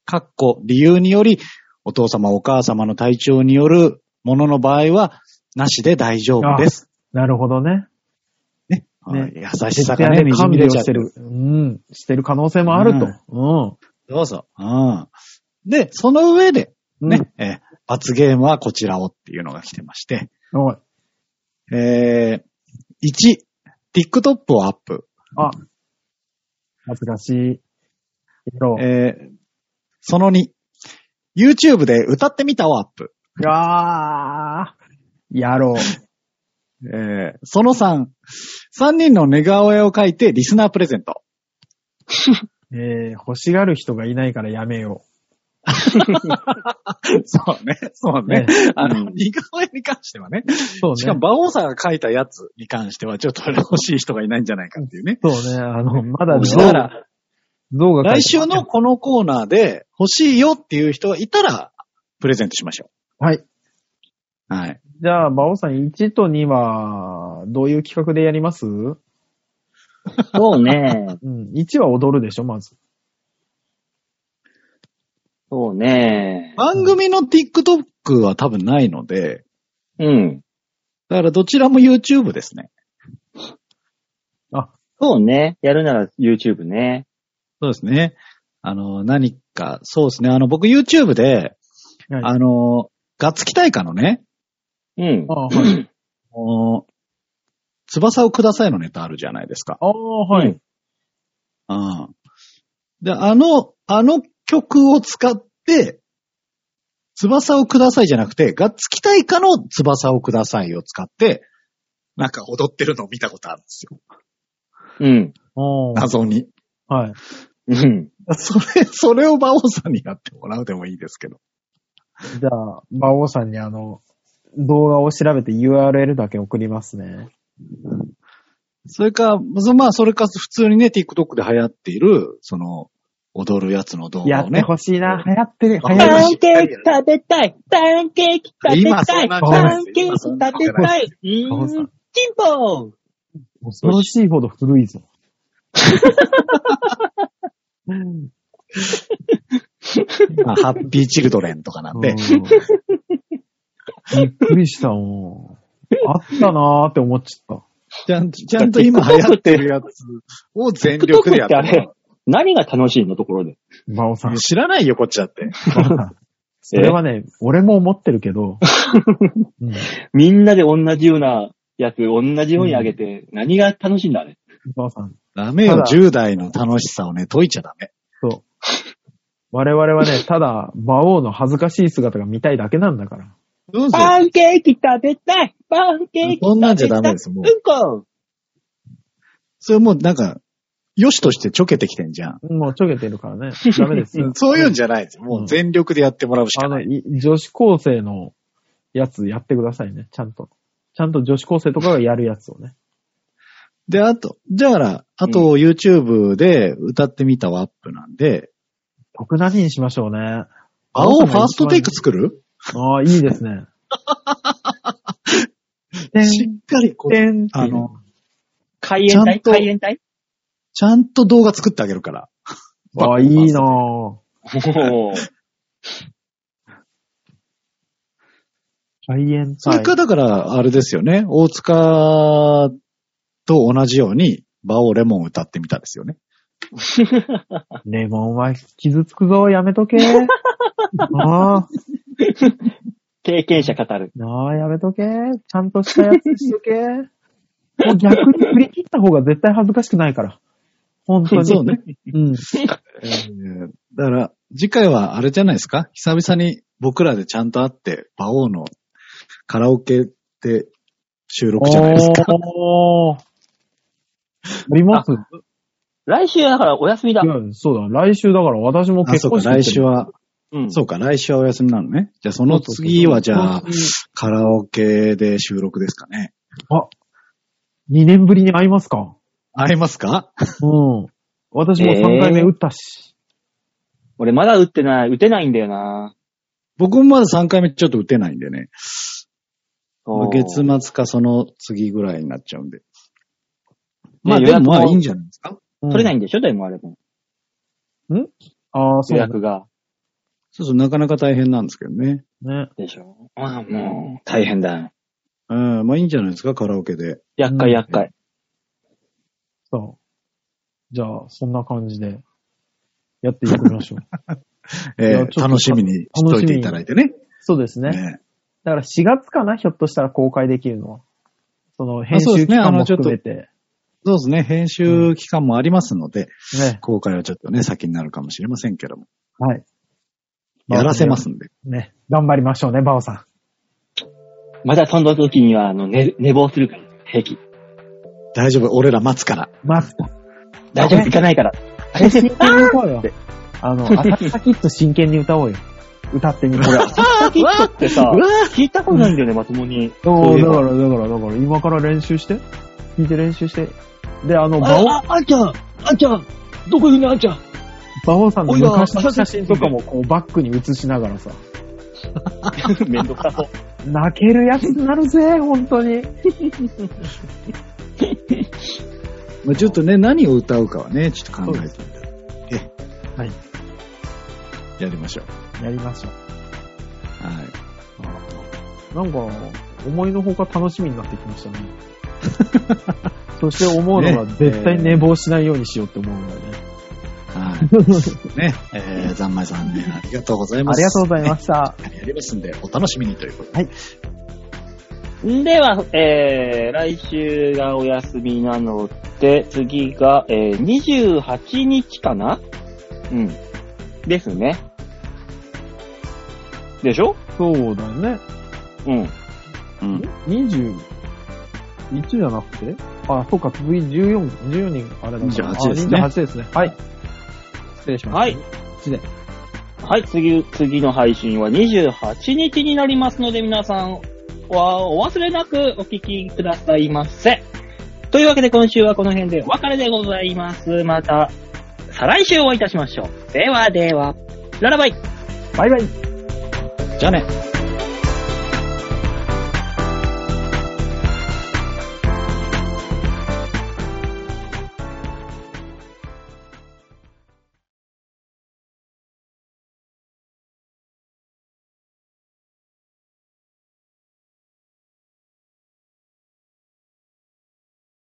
Speaker 4: かっこ理由により、お父様お母様の体調によるものの場合は、なしで大丈夫です。
Speaker 3: なるほどね。ね
Speaker 4: はい優しさが
Speaker 3: 徹
Speaker 4: ね、
Speaker 3: 夜で
Speaker 4: 滲
Speaker 3: 看病
Speaker 4: み出ちゃっ
Speaker 3: してて
Speaker 4: る
Speaker 3: る。。うん。してる可能性もあると。うん。
Speaker 4: どうぞ。うん。で、その上で、
Speaker 3: うん
Speaker 4: ね、えー罰ゲームはこちらをっていうのが来てまして、
Speaker 3: おい。
Speaker 4: えー、1、TikTok をアップ。
Speaker 3: あ、恥ずかしい。色。
Speaker 4: えー、その2、YouTube で歌ってみたをアップ。
Speaker 3: あー、やろう。
Speaker 4: えー、その3、3人の寝顔絵を描いてリスナープレゼント。 [laughs]
Speaker 3: えー、欲しがる人がいないからやめよ
Speaker 4: そうね、そう
Speaker 3: う。
Speaker 4: ね
Speaker 3: ね。、
Speaker 4: あの、似顔絵に関してはね。
Speaker 3: [laughs] そうね。
Speaker 4: しかも、馬王さんが描いたやつに関しては、ちょっと欲しい人がいないんじゃないかっていうね。
Speaker 3: そうね、あの、まだ
Speaker 4: そ
Speaker 3: 像
Speaker 4: した
Speaker 3: が、
Speaker 4: ら、
Speaker 3: 像が書い
Speaker 4: 来
Speaker 3: て
Speaker 4: 週のこのコーナーで欲しいよっていう人がいたら、プレゼントしましょ
Speaker 3: はい。
Speaker 4: う。はい。
Speaker 3: じゃあ、馬王さん1と2は、どういう企画でやりますうん。
Speaker 2: そう
Speaker 3: [laughs]
Speaker 2: ね。
Speaker 3: 1は踊るでしょ、まず。
Speaker 2: そうね。
Speaker 4: [laughs] 番組の TikTok は多分ないので、
Speaker 2: うん。
Speaker 4: だからどちらも YouTube ですね。
Speaker 2: そうね。やるなら YouTube ね。
Speaker 4: そうですね。あの、何か、そうですね。あの、僕 YouTube で、
Speaker 3: はい
Speaker 4: あの、ガッツキ大会のね、
Speaker 2: うん
Speaker 3: あ。はい。
Speaker 4: お翼をくださいのネタあるじゃないですか。
Speaker 3: あー、は
Speaker 2: う
Speaker 3: い
Speaker 2: ん。
Speaker 4: うん。で、あの、あの曲を使って、翼をくださいじゃなくて、ガッツキ大会の翼をくださいを使って、なんか踊ってるのを見たことあるんですよ。
Speaker 2: うん。
Speaker 3: おー
Speaker 4: 謎に。
Speaker 3: はい。
Speaker 2: うん。
Speaker 4: それ、それを馬王さんにやってもらうでもいいですけど。
Speaker 3: じゃあ、馬王さんにあの、動画を調べて URL だけ送りますね。
Speaker 4: それか、そまあ、それか普通にね、TikTok で流行っている、その、踊るやつの動
Speaker 3: や
Speaker 4: 画を
Speaker 3: って
Speaker 4: ね。
Speaker 3: ほしいな。流行ってる、
Speaker 4: あ
Speaker 3: 流
Speaker 4: や
Speaker 3: 行
Speaker 4: ば
Speaker 3: る。
Speaker 4: い
Speaker 2: パンケーキ食べたいパンケーキ食べ
Speaker 4: 今
Speaker 2: た
Speaker 4: そん
Speaker 2: い
Speaker 4: なん
Speaker 3: じゃ
Speaker 2: パ
Speaker 3: ない
Speaker 2: ン
Speaker 4: です
Speaker 2: ケーキ食べたいう
Speaker 3: 馬王
Speaker 2: ー
Speaker 3: さ
Speaker 2: ん
Speaker 3: ん。
Speaker 2: チンポ
Speaker 3: 恐ろしいほど古いぞ。
Speaker 4: まあハッピーチルドレンとかなん
Speaker 3: う
Speaker 4: で
Speaker 3: ん。びっくりしたもん。あったなーって思っちゃった。
Speaker 4: ちゃんと、ちゃんと今流行ってるやつを全力でやってもらう
Speaker 2: 何が楽しいのところで。
Speaker 3: 馬
Speaker 4: [laughs]
Speaker 3: 尾さん。
Speaker 4: 知らないよ、こっちだって。
Speaker 3: それはね、俺も思ってるけ
Speaker 4: [laughs]
Speaker 3: ど、うん
Speaker 2: みんなで同じようなやつ、同じようにあげて、何が楽しいんだあれ。
Speaker 3: 馬尾さん。
Speaker 4: ダメよ
Speaker 3: た、だ
Speaker 4: 10代の楽しさをね、解いちゃダメ。
Speaker 3: そう。我々はね、ただ、馬王の恥ずかしい姿が見たいだけなんだから。
Speaker 4: どうぞ。
Speaker 2: パンケーキ食べたいパンケーキ食べたい
Speaker 4: そんなんじゃダメですもう
Speaker 2: うんこ
Speaker 4: それもうなんか、よしとしてちょけてきてんじゃん。
Speaker 3: もうちょげてるからね。ダメですよ。
Speaker 4: そういうんじゃないです。もう全力でやってもらうし
Speaker 3: あ
Speaker 4: か
Speaker 3: の、
Speaker 4: ない。
Speaker 3: い女子高生のやつやってくださいね、ちゃんと。ちゃんと女子高生とかがやるやつをね。
Speaker 4: で、あと、じゃあ、あと YouTube で歌ってみたワップなんで、
Speaker 3: 曲何にしましょうね。あ
Speaker 4: 青ファーストテイク作る
Speaker 3: あ、いいですね。てん
Speaker 4: しっかりこう、
Speaker 3: てんっていう
Speaker 4: あの、
Speaker 2: 海援
Speaker 4: ちゃん
Speaker 2: 隊
Speaker 4: と
Speaker 2: 海援隊
Speaker 4: ちゃんと動画作ってあげるから。
Speaker 3: あ、いいなぁ。
Speaker 2: お
Speaker 3: [laughs]
Speaker 2: ー
Speaker 3: 海援
Speaker 4: それ
Speaker 3: 隊。
Speaker 4: か、だから、あれですよね。大塚と同じように、バオレモン歌ってみたですよね。
Speaker 3: レモンは傷つくぞ、やめ [laughs] とけ。ああ、
Speaker 2: [laughs] 経験者語る。
Speaker 3: なあ、やめとけ。ちゃんとしたやつしとけ。もう逆に振り切った方が絶対恥ずかしくないから。本当に。
Speaker 4: そうね。
Speaker 3: うん。
Speaker 4: えーだから、次回はあれじゃないですか久々に僕らでちゃんと会って、バオのカラオケで収録じゃないですか。
Speaker 3: おー。ありますい
Speaker 2: 来週だからお休みだ。
Speaker 3: やそうだ、来週だから私も
Speaker 4: あ、
Speaker 3: 結
Speaker 4: そう
Speaker 3: 婚
Speaker 4: か、
Speaker 3: 式って
Speaker 4: 来週は、
Speaker 2: うん。
Speaker 4: そうか、来週はお休みなのね。じゃあ、その次は、じゃあ、カラオケで収録ですかね。
Speaker 3: 2年ぶりに会いますか。
Speaker 4: 会えますか
Speaker 3: うん。私も3回目打ったし。。
Speaker 2: 俺まだ打ってない、打てないんだよな。
Speaker 4: 僕もまだ3回目ちょっと打てないんでね。
Speaker 2: そう
Speaker 4: 月末かその次ぐらいになっちゃうんで。
Speaker 2: ね
Speaker 4: まあ、
Speaker 2: 予
Speaker 4: で
Speaker 2: 約
Speaker 4: も
Speaker 2: も
Speaker 4: まあいいんじゃないですか
Speaker 2: 取れないいんでしょでもあれも。
Speaker 3: ああ、そ
Speaker 2: 予
Speaker 3: うだ
Speaker 2: 約が。
Speaker 4: そうそう、なかなか大変なんですけどね。
Speaker 3: ね。
Speaker 2: でしょ。ああ、もう、大変だ。
Speaker 4: うん、まあいいんじゃないですか、カラオケで。
Speaker 2: 厄
Speaker 3: う
Speaker 2: 介
Speaker 3: ん
Speaker 2: 厄介。
Speaker 3: そう。じゃあ、そんな感じで、やっていきまし [laughs] ょう。い
Speaker 4: え
Speaker 3: や
Speaker 4: ー
Speaker 3: ちょっと
Speaker 4: 楽しみにしといていただいてね。
Speaker 3: そうですね。
Speaker 4: ね
Speaker 3: だから4月かな、ひょっとしたら公開できるのは。その、
Speaker 4: あ
Speaker 3: 編
Speaker 4: そうで
Speaker 3: 集
Speaker 4: す
Speaker 3: 期
Speaker 4: ね
Speaker 3: 間
Speaker 4: あ
Speaker 3: も
Speaker 4: のちょっと
Speaker 3: 含めて。
Speaker 4: そうですね、編集期間もありますので、
Speaker 3: ね。
Speaker 4: 公開はちょっとね、先になるかもしれませんけども。
Speaker 3: はい。
Speaker 4: やらせますんで。
Speaker 3: ね。頑張りましょうね、バオさん。
Speaker 2: まだその時には、あの、寝、寝坊するから。平気。
Speaker 4: 大丈夫、俺ら待つから。
Speaker 3: マス
Speaker 2: 大丈夫、行かないから。
Speaker 3: 真剣に歌おうよ
Speaker 2: って。
Speaker 3: [laughs] あの、浅草キッド真剣に歌おうよ。歌って [laughs] みる。俺、
Speaker 2: サーキットってさ、聞いたことないんだよね、まともに。
Speaker 3: お
Speaker 2: そういえ
Speaker 3: ーだ
Speaker 2: ば
Speaker 3: から、だから、だから、今から練習して。聞いて練習して。で、あの、バオ、
Speaker 2: あ、あ、あんちゃん、あんちゃん、どこいるのあんちゃん。
Speaker 3: バオさんの
Speaker 2: おいわ
Speaker 3: 昔の写真とかも、こう、バックに映しながらさ、
Speaker 2: めんどくさそう。
Speaker 3: 泣けるやつになるぜ、本当に。
Speaker 4: まあ、ちょっとね、何を歌うかはね、ちょっと考えてみたら。ええ
Speaker 3: はい。
Speaker 4: やりましょう。
Speaker 3: やりましょ
Speaker 4: はい。
Speaker 3: う。なんか、思いのほか楽しみになってきました [laughs] ね。そして思うのは、
Speaker 4: ね
Speaker 3: 絶対寝坊しないようにしようって思うんだよね。
Speaker 4: [laughs] はい。ね、えー、ざんまいさんね、ありがとうございま
Speaker 3: あ
Speaker 4: す。
Speaker 3: りがとうござい
Speaker 4: す。
Speaker 3: ました。
Speaker 4: やりますんで、お楽しみにということで。
Speaker 2: では、えー、来週がお休みなので、次が、えー、28日かなうん。ですね。でしょ
Speaker 3: そうだね。
Speaker 2: うん。
Speaker 4: うん。
Speaker 3: 21じゃなくてあ、そうか、次14、14人、あれだから
Speaker 4: 28ですね
Speaker 3: あ28ですね。はい。失礼します。
Speaker 2: はい。
Speaker 3: 失礼。
Speaker 2: はい、次、次の配信は28日になりますので、皆さんはお忘れなくお聞きくださいませ。というわけで今週はこの辺でお別れでございます。また、再来週お会いいたしましょう。ではでは、ララバイ
Speaker 3: バイバイ。
Speaker 4: じゃあね。